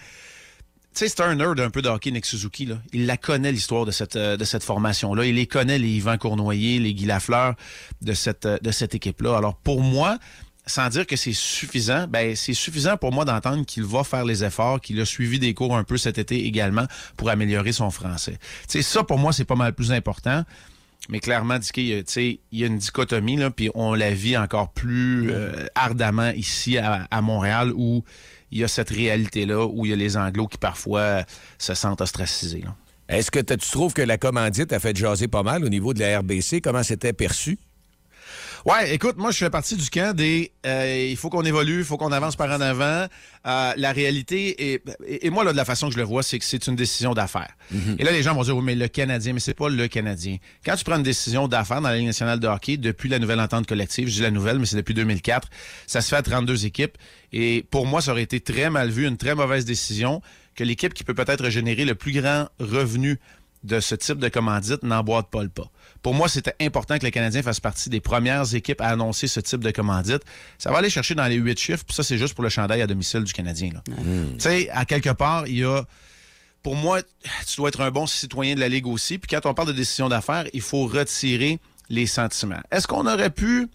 Speaker 2: tu sais, c'est un nerd un peu de hockey, Nick Suzuki. Là. Il la connaît, l'histoire de cette, euh, de cette formation-là. Il les connaît, les Yvan Cournoyer, les Guy Lafleur de cette, euh, de cette équipe-là. Alors, pour moi, sans dire que c'est suffisant, ben, c'est suffisant pour moi d'entendre qu'il va faire les efforts, qu'il a suivi des cours un peu cet été également pour améliorer son français. Tu sais, ça, pour moi, c'est pas mal plus important. Mais clairement, Dicky, il y a- tu sais, il y a une dichotomie, là, puis on la vit encore plus euh, ardemment ici à, à Montréal où il y a cette réalité-là, où il y a les Anglos qui parfois se sentent ostracisés. là.
Speaker 3: Est-ce que t'as- tu trouves que la commandite a fait jaser pas mal au niveau de la RBC? Comment c'était perçu?
Speaker 2: Ouais, écoute, moi, je fais partie du camp des euh, il faut qu'on évolue, il faut qu'on avance par en avant. Euh, la réalité, est, et, et moi, là, de la façon que je le vois, c'est que c'est une décision d'affaires. Et là, les gens vont dire, oui, mais le Canadien, mais c'est pas le Canadien. Quand tu prends une décision d'affaires dans la Ligue nationale de hockey, depuis la nouvelle entente collective, je dis la nouvelle, mais c'est depuis 2004, ça se fait à 32 équipes. Et pour moi, ça aurait été très mal vu, une très mauvaise décision, que l'équipe qui peut peut-être générer le plus grand revenu de ce type de commandite n'emboîte pas le pas. Pour moi, c'était important que le Canadien fasse partie des premières équipes à annoncer ce type de commandite. Ça va aller chercher dans les huit chiffres, puis ça, c'est juste pour le chandail à domicile du Canadien. là. Tu sais, à quelque part, il y a. Pour moi, tu dois être un bon citoyen de la Ligue aussi. Puis quand on parle de décision d'affaires, il faut retirer les sentiments. Est-ce qu'on aurait pu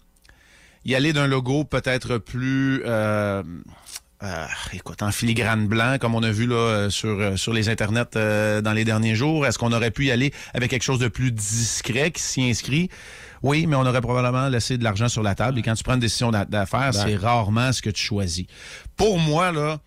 Speaker 2: y aller d'un logo peut-être plus. euh, euh, écoute, en filigrane blanc, comme on a vu là, euh, sur, euh, sur les internets euh, dans les derniers jours. Est-ce qu'on aurait pu y aller avec quelque chose de plus discret qui s'y inscrit? Oui, mais on aurait probablement laissé de l'argent sur la table. Et quand tu prends une décision d'a- d'affaires,
Speaker 7: Ben.
Speaker 2: c'est rarement ce que tu choisis. Pour moi, là,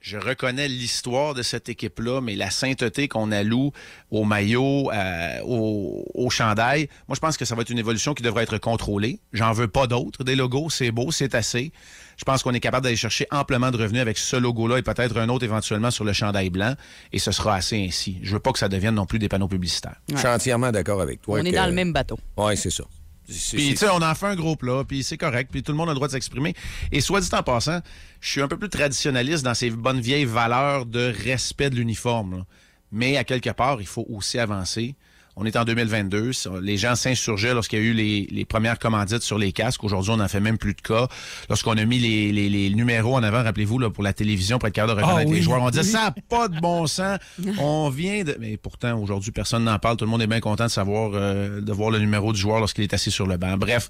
Speaker 2: je reconnais l'histoire de cette équipe-là, mais la sainteté qu'on alloue au maillot, euh, au, au chandail, moi, je pense que ça va être une évolution qui devrait être contrôlée. J'en veux pas d'autres. Des logos, c'est beau, c'est assez. Je pense qu'on est capable d'aller chercher amplement de revenus avec ce logo-là et peut-être un autre éventuellement sur le chandail blanc, et ce sera assez ainsi. Je veux pas que ça devienne non plus des panneaux publicitaires.
Speaker 3: Je suis entièrement d'accord avec toi.
Speaker 4: On est dans le même bateau.
Speaker 3: Oui, c'est ça. C'est-
Speaker 2: Puis,
Speaker 3: c'est-
Speaker 2: tu sais, on en fait un gros plat, puis c'est correct, puis tout le monde a le droit de s'exprimer. Et soit dit en passant, je suis un peu plus traditionnaliste dans ces bonnes vieilles valeurs de respect de l'uniforme. là. Mais à quelque part, il faut aussi avancer. On est en 2022. ça- Les gens s'insurgeaient lorsqu'il y a eu les, les premières commandites sur les casques. Aujourd'hui, on n'en fait même plus de cas. Lorsqu'on a mis les, les- les numéros en avant, rappelez-vous, là, pour la télévision, pour être capable de reconnaître
Speaker 7: Ah oui,
Speaker 2: les joueurs, on disait
Speaker 7: oui.
Speaker 2: ça n'a pas de bon sens. On vient de. Mais pourtant, aujourd'hui, personne n'en parle. Tout le monde est bien content de savoir, euh, de voir le numéro du joueur lorsqu'il est assis sur le banc. Bref,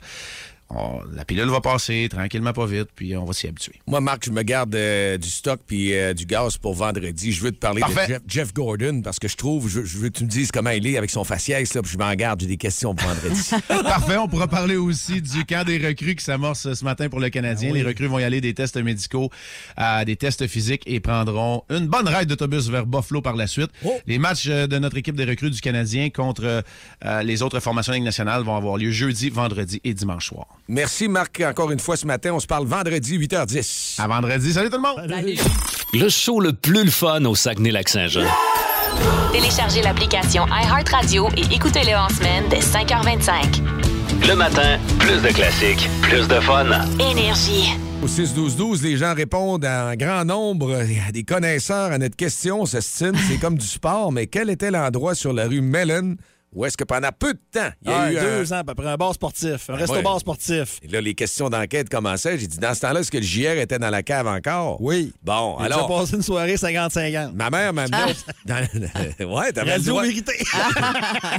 Speaker 2: on- la pilule va passer tranquillement, pas vite, puis on va s'y habituer.
Speaker 3: Moi, Marc, je me garde euh, du stock puis euh, du gaz pour vendredi. Je veux te parler
Speaker 2: Parfait.
Speaker 3: de Jeff, Jeff Gordon parce que je trouve, je, je veux que tu me dises comment il est avec son faciès, là, puis je m'en garde. J'ai des questions pour vendredi.
Speaker 2: Parfait, on pourra parler aussi du camp des recrues qui s'amorce ce matin pour le
Speaker 5: Ah
Speaker 2: Canadien. Les recrues vont y aller des tests médicaux, à des tests physiques et prendront une bonne ride d'autobus vers Buffalo par la suite.
Speaker 5: Oh.
Speaker 2: Les matchs euh, de notre équipe des recrues du Canadien contre euh, euh, les autres formations de Ligue nationale vont avoir lieu jeudi, vendredi et dimanche soir.
Speaker 3: Merci, Marc, encore une fois ce matin. On se parle vendredi, 8h10.
Speaker 2: À vendredi. Salut tout le monde!
Speaker 12: Le show le plus le fun au Saguenay-Lac-Saint-Jean.
Speaker 1: Téléchargez l'application iHeartRadio et écoutez-le en semaine dès 5h25.
Speaker 2: Le matin, plus de classiques, plus de fun.
Speaker 1: Énergie.
Speaker 3: Au 6-12-12, les gens répondent en grand nombre. Il y a des connaisseurs à notre question, Sestine. C'est comme du sport, mais quel était l'endroit sur la rue Mellon où est-ce que pendant peu de temps, il y a
Speaker 5: Ah,
Speaker 3: eu un-
Speaker 5: deux ans, à peu près, un bar sportif, un resto
Speaker 3: euh, Ah ouais.
Speaker 5: bar sportif.
Speaker 3: Et là, les questions d'enquête commençaient. J'ai dit, dans ce temps-là, est-ce que le JR était dans la cave encore? Oui. Bon,
Speaker 5: Il
Speaker 3: alors.
Speaker 5: a passé une soirée 50-50.
Speaker 3: Ma mère m'a
Speaker 4: Ah.
Speaker 3: amené. dans- ouais, t'avais le
Speaker 5: Radio
Speaker 3: droit.
Speaker 5: Ah.
Speaker 3: Ah.
Speaker 5: vérité.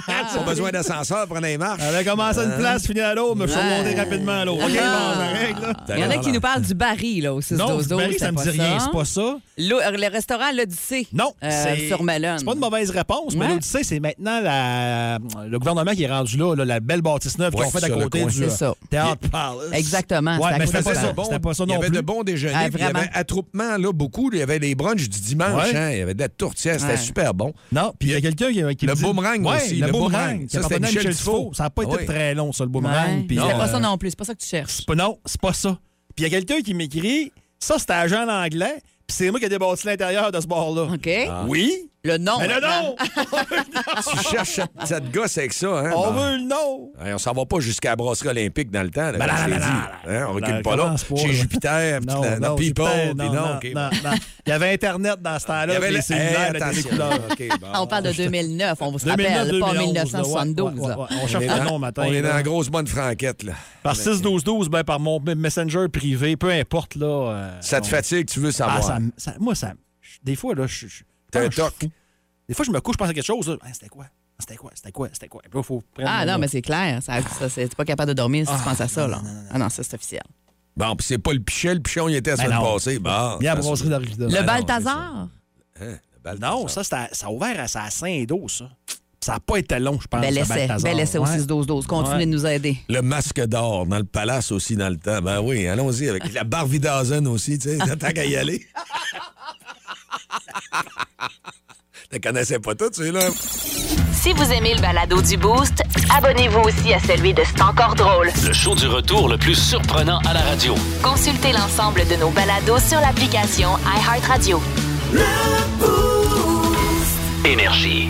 Speaker 3: Pas besoin d'ascenseur, prenez les marches.
Speaker 5: Elle a commencé à une
Speaker 3: Hein?
Speaker 5: place, fini à l'autre, mais je suis
Speaker 4: Ouais.
Speaker 5: remonté rapidement à l'autre. OK,
Speaker 4: Ah.
Speaker 5: bon, on arrête, là.
Speaker 4: Il y en a qui nous parlent du baril, là, au 6
Speaker 5: Non,
Speaker 4: 12
Speaker 5: du Barry, ça me dit rien, c'est pas ça.
Speaker 4: euh, Le, le restaurant L'Odyssée.
Speaker 5: Non,
Speaker 4: euh,
Speaker 5: c'est
Speaker 4: sur Melon.
Speaker 5: C'est pas une mauvaise réponse,
Speaker 4: Ouais.
Speaker 5: mais l'Odyssée, c'est maintenant la- le gouvernement qui est rendu là, là, la belle bâtisse neuve
Speaker 3: Ouais,
Speaker 5: qu'on fait à
Speaker 3: sur le
Speaker 5: côté
Speaker 3: coin.
Speaker 5: du
Speaker 4: C'est ça.
Speaker 5: Théâtre Palace.
Speaker 4: Exactement.
Speaker 5: Ouais,
Speaker 4: c'est à
Speaker 5: mais
Speaker 4: côté
Speaker 5: c'était
Speaker 4: de
Speaker 5: pas
Speaker 4: ça.
Speaker 5: ça. C'était pas ça non
Speaker 3: Il y avait
Speaker 5: plus.
Speaker 3: de bons déjeuners,
Speaker 4: Ah,
Speaker 3: puis il y avait
Speaker 4: vraiment.
Speaker 3: attroupement là, beaucoup. Il y avait les brunchs du dimanche.
Speaker 5: Ouais.
Speaker 3: hein. Il y avait de la tourtière, c'était
Speaker 4: Ouais.
Speaker 3: super bon.
Speaker 5: Non, puis il y a quelqu'un qui, qui
Speaker 3: Le
Speaker 5: dit-
Speaker 3: boomerang
Speaker 5: Ouais,
Speaker 3: aussi,
Speaker 5: Le,
Speaker 3: le
Speaker 5: boomerang.
Speaker 3: boomerang.
Speaker 5: qui
Speaker 3: Ça, c'était
Speaker 5: appartenait à
Speaker 3: Michel
Speaker 5: Michel
Speaker 3: Dufault.
Speaker 5: Dufault. Ça n'a pas
Speaker 3: Ah oui.
Speaker 5: été très long, ça, le boomerang.
Speaker 4: Ouais.
Speaker 5: puis,
Speaker 4: C'était
Speaker 5: euh,
Speaker 4: pas ça non plus. C'est pas ça que tu cherches.
Speaker 5: C'est pas- non, c'est pas ça. Puis il y a quelqu'un qui m'écrit ça, c'était agent anglais, puis c'est moi qui ai débattu l'intérieur de ce bar-là.
Speaker 4: OK? Ah.
Speaker 5: Oui,
Speaker 4: Le nom.
Speaker 5: mais le
Speaker 4: maintenant.
Speaker 5: nom
Speaker 3: tu cherches cette- cette gosse avec ça. Hein,
Speaker 5: On
Speaker 3: Ben,
Speaker 5: veut le nom
Speaker 3: hey, on s'en va pas jusqu'à la brasserie olympique dans le temps. Là,
Speaker 5: Ben,
Speaker 3: comme je
Speaker 5: non,
Speaker 3: l'ai
Speaker 5: non,
Speaker 3: dit.
Speaker 5: non,
Speaker 3: Hein, on recule
Speaker 5: Non,
Speaker 3: pas là.
Speaker 5: commence pas,
Speaker 3: Chez
Speaker 5: là.
Speaker 3: Jupiter, puis la- la People,
Speaker 5: Jupiter,
Speaker 3: puis
Speaker 5: non,
Speaker 3: non,
Speaker 5: non,
Speaker 3: ok,
Speaker 5: non,
Speaker 3: bon.
Speaker 5: non. Il y avait Internet dans ce temps-là.
Speaker 3: Il y avait
Speaker 5: puis
Speaker 3: le-
Speaker 5: les
Speaker 3: Hey,
Speaker 5: cellulaires, la
Speaker 3: attention,
Speaker 5: télécouleur.
Speaker 3: là, ok, bon.
Speaker 4: On
Speaker 5: Ah,
Speaker 4: parle de 2009, on se rappelle,
Speaker 5: 2009,
Speaker 4: pas
Speaker 5: 2011, là, ouais,
Speaker 4: 1972.
Speaker 5: ouais, ouais,
Speaker 4: là.
Speaker 5: ouais, On
Speaker 3: On
Speaker 5: cherche
Speaker 3: est
Speaker 5: le
Speaker 3: dans-
Speaker 5: nom Ah, matin.
Speaker 3: Hein? on est dans
Speaker 5: là.
Speaker 3: la grosse bonne franquette. Là.
Speaker 5: Par 6-12-12, ben, par mon messenger privé, peu importe. là. euh,
Speaker 3: Ça te
Speaker 5: on-
Speaker 3: fatigue, tu veux
Speaker 5: Ah,
Speaker 3: savoir.
Speaker 5: ça me- ça- moi, ça. me- je- Des fois, là, je. je- je-
Speaker 3: T'as un
Speaker 5: je suis
Speaker 3: toc.
Speaker 5: fou. Des fois, je me couche, je pense à quelque chose. là. Hein, c'était quoi? C'était quoi? C'était quoi? C'était quoi? Et puis là, faut prendre
Speaker 4: Ah
Speaker 5: mon-
Speaker 4: non, mais c'est clair. Ça, ça, c'est- t'es pas capable de dormir si tu
Speaker 5: Ah,
Speaker 4: penses à ça.
Speaker 5: non,
Speaker 4: Là.
Speaker 5: non, non, non.
Speaker 4: Ah non, ça, c'est officiel.
Speaker 3: Bon, puis c'est pas le pichet, le pichon, il était la
Speaker 5: Ben
Speaker 3: semaine
Speaker 5: non.
Speaker 3: passée. Bon,
Speaker 5: Bien
Speaker 3: ça,
Speaker 5: à brasserie d'Arvida.
Speaker 4: Le
Speaker 3: non,
Speaker 4: Balthazar? Ben,
Speaker 3: c'est- hein, le bal-
Speaker 5: Non, Oh, ça, c'était à- ça a ouvert à sa Saint-Do, ça. Puis Ça n'a pas été long, je pense.
Speaker 4: Bel
Speaker 5: ce
Speaker 4: essai.
Speaker 5: Balthazar.
Speaker 4: Bel essai au
Speaker 5: Ouais.
Speaker 4: 6-12-12. Continuez
Speaker 5: Ouais.
Speaker 4: de nous aider.
Speaker 3: Le masque d'or dans le palace aussi dans le temps. Ben oui, allons-y avec la Barvidazen aussi, tu sais, tant qu'à y aller. Tu connaissais pas tout, tu sais, là.
Speaker 1: Si vous aimez le balado du Boost, abonnez-vous aussi à celui de C'est encore drôle.
Speaker 2: Le show du retour le plus surprenant à la radio.
Speaker 1: Consultez l'ensemble de nos balados sur l'application iHeartRadio.
Speaker 2: Énergie.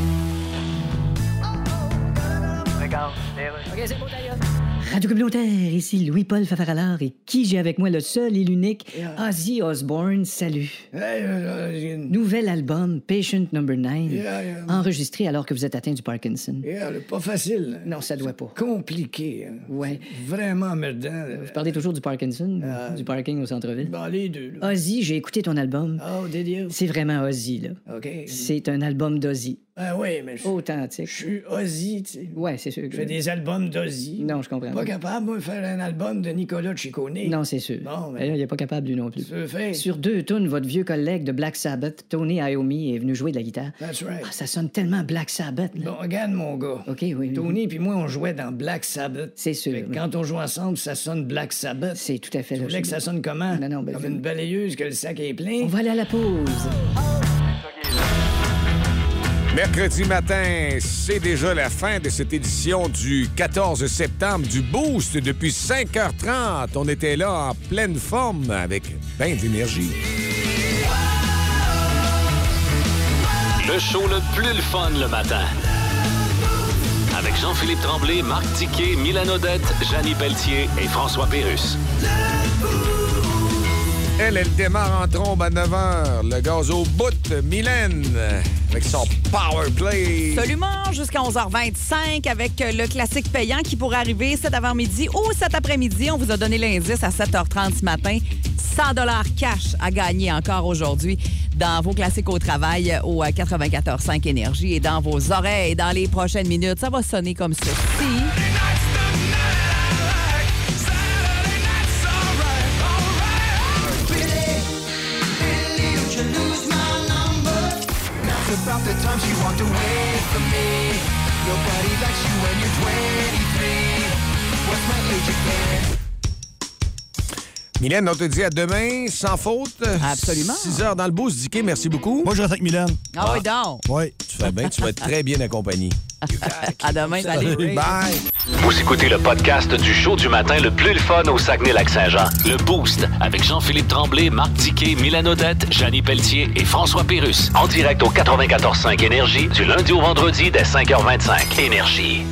Speaker 8: Radio communautaire, ici Louis-Paul Fafaralard et qui j'ai avec moi le seul et l'unique Ozzy Osbourne, salut.
Speaker 6: Eh, euh,
Speaker 8: Nouvel album, Patient Number 9,
Speaker 6: Yeah, yeah.
Speaker 8: enregistré alors que vous êtes atteint du Parkinson.
Speaker 6: Yeah, euh, pas facile.
Speaker 8: Non, ça doit pas.
Speaker 6: Compliqué. hein.
Speaker 8: Ouais.
Speaker 6: Vraiment euh, emmerdant. là.
Speaker 8: Vous parlez toujours du Parkinson,
Speaker 7: Euh,
Speaker 8: du parking au centre-ville.
Speaker 6: Bon, les deux. là.
Speaker 8: Ozzy, j'ai écouté ton album.
Speaker 6: Oh, did you?
Speaker 8: C'est vraiment Ozzy, là.
Speaker 6: OK.
Speaker 8: C'est un album d'Ozzy.
Speaker 6: Ah oui, mais je je
Speaker 8: Authentique.
Speaker 6: suis Ozzy, tu sais.
Speaker 8: Ouais, c'est sûr.
Speaker 6: Je fais des albums d'Ozzy.
Speaker 8: Non, je comprends.
Speaker 6: Pas capable, moi, de faire un album de Nicolas Ciccone.
Speaker 8: Non, c'est sûr.
Speaker 6: Bon, ben. mais-
Speaker 8: D'ailleurs, il est pas capable, lui non plus.
Speaker 6: Tu veux faire?
Speaker 8: Sur deux tunes, votre vieux collègue de Black Sabbath, Tony Iommi, est venu jouer de la guitare.
Speaker 6: That's right.
Speaker 8: Ah, ça sonne tellement Black Sabbath. là.
Speaker 6: Bon, regarde, mon gars.
Speaker 8: OK, oui, oui.
Speaker 6: Tony puis moi, on jouait dans Black Sabbath.
Speaker 8: C'est sûr.
Speaker 6: Fait que
Speaker 8: oui.
Speaker 6: quand on joue ensemble, ça sonne Black Sabbath.
Speaker 8: C'est tout à fait
Speaker 6: Tu voulais
Speaker 8: logique.
Speaker 6: que ça sonne comment?
Speaker 8: Non, non, ben,
Speaker 6: Comme
Speaker 8: je-
Speaker 6: une balayeuse que le sac est plein?
Speaker 8: On va aller à la pause.
Speaker 3: Mercredi matin, c'est déjà la fin de cette édition du 14 septembre du Boost. Depuis 5h30, on était là en pleine forme avec bien de l'énergie.
Speaker 2: Le show le plus le fun le matin. Avec Jean-Philippe Tremblay, Marc Tiquet, Milan Odette, Janine Pelletier et François Pérus.
Speaker 3: Elle, elle démarre en trombe à 9h. Le gaz au bout, Mylène, avec son power play.
Speaker 4: Absolument, jusqu'à 11h25 avec euh, le classique payant qui pourrait arriver cet avant-midi ou cet après-midi. On vous a donné l'indice à 7h30 ce matin. 100 dollars cash à gagner encore aujourd'hui dans vos classiques au travail euh, au 94.5 Énergie et dans vos oreilles dans les prochaines minutes. Ça va sonner comme ceci.
Speaker 3: Mylène, on te dit à demain, sans faute.
Speaker 4: Absolument.
Speaker 3: 6h dans le boost, Dicky, merci beaucoup.
Speaker 5: Moi, je reste avec Milan.
Speaker 4: Ah oui, donc.
Speaker 5: Oui.
Speaker 3: Tu vas bien, tu vas être très bien accompagné.
Speaker 4: À demain, salut.
Speaker 8: Bah,
Speaker 3: Bye.
Speaker 2: Vous écoutez le podcast du show du matin le plus le fun au Saguenay-Lac-Saint-Jean. Le Boost avec Jean-Philippe Tremblay, Marc Tiquet, Milan Odette, Janine Pelletier et François Pérus. En direct au 94.5 Énergie du lundi au vendredi dès 5h25. Énergie.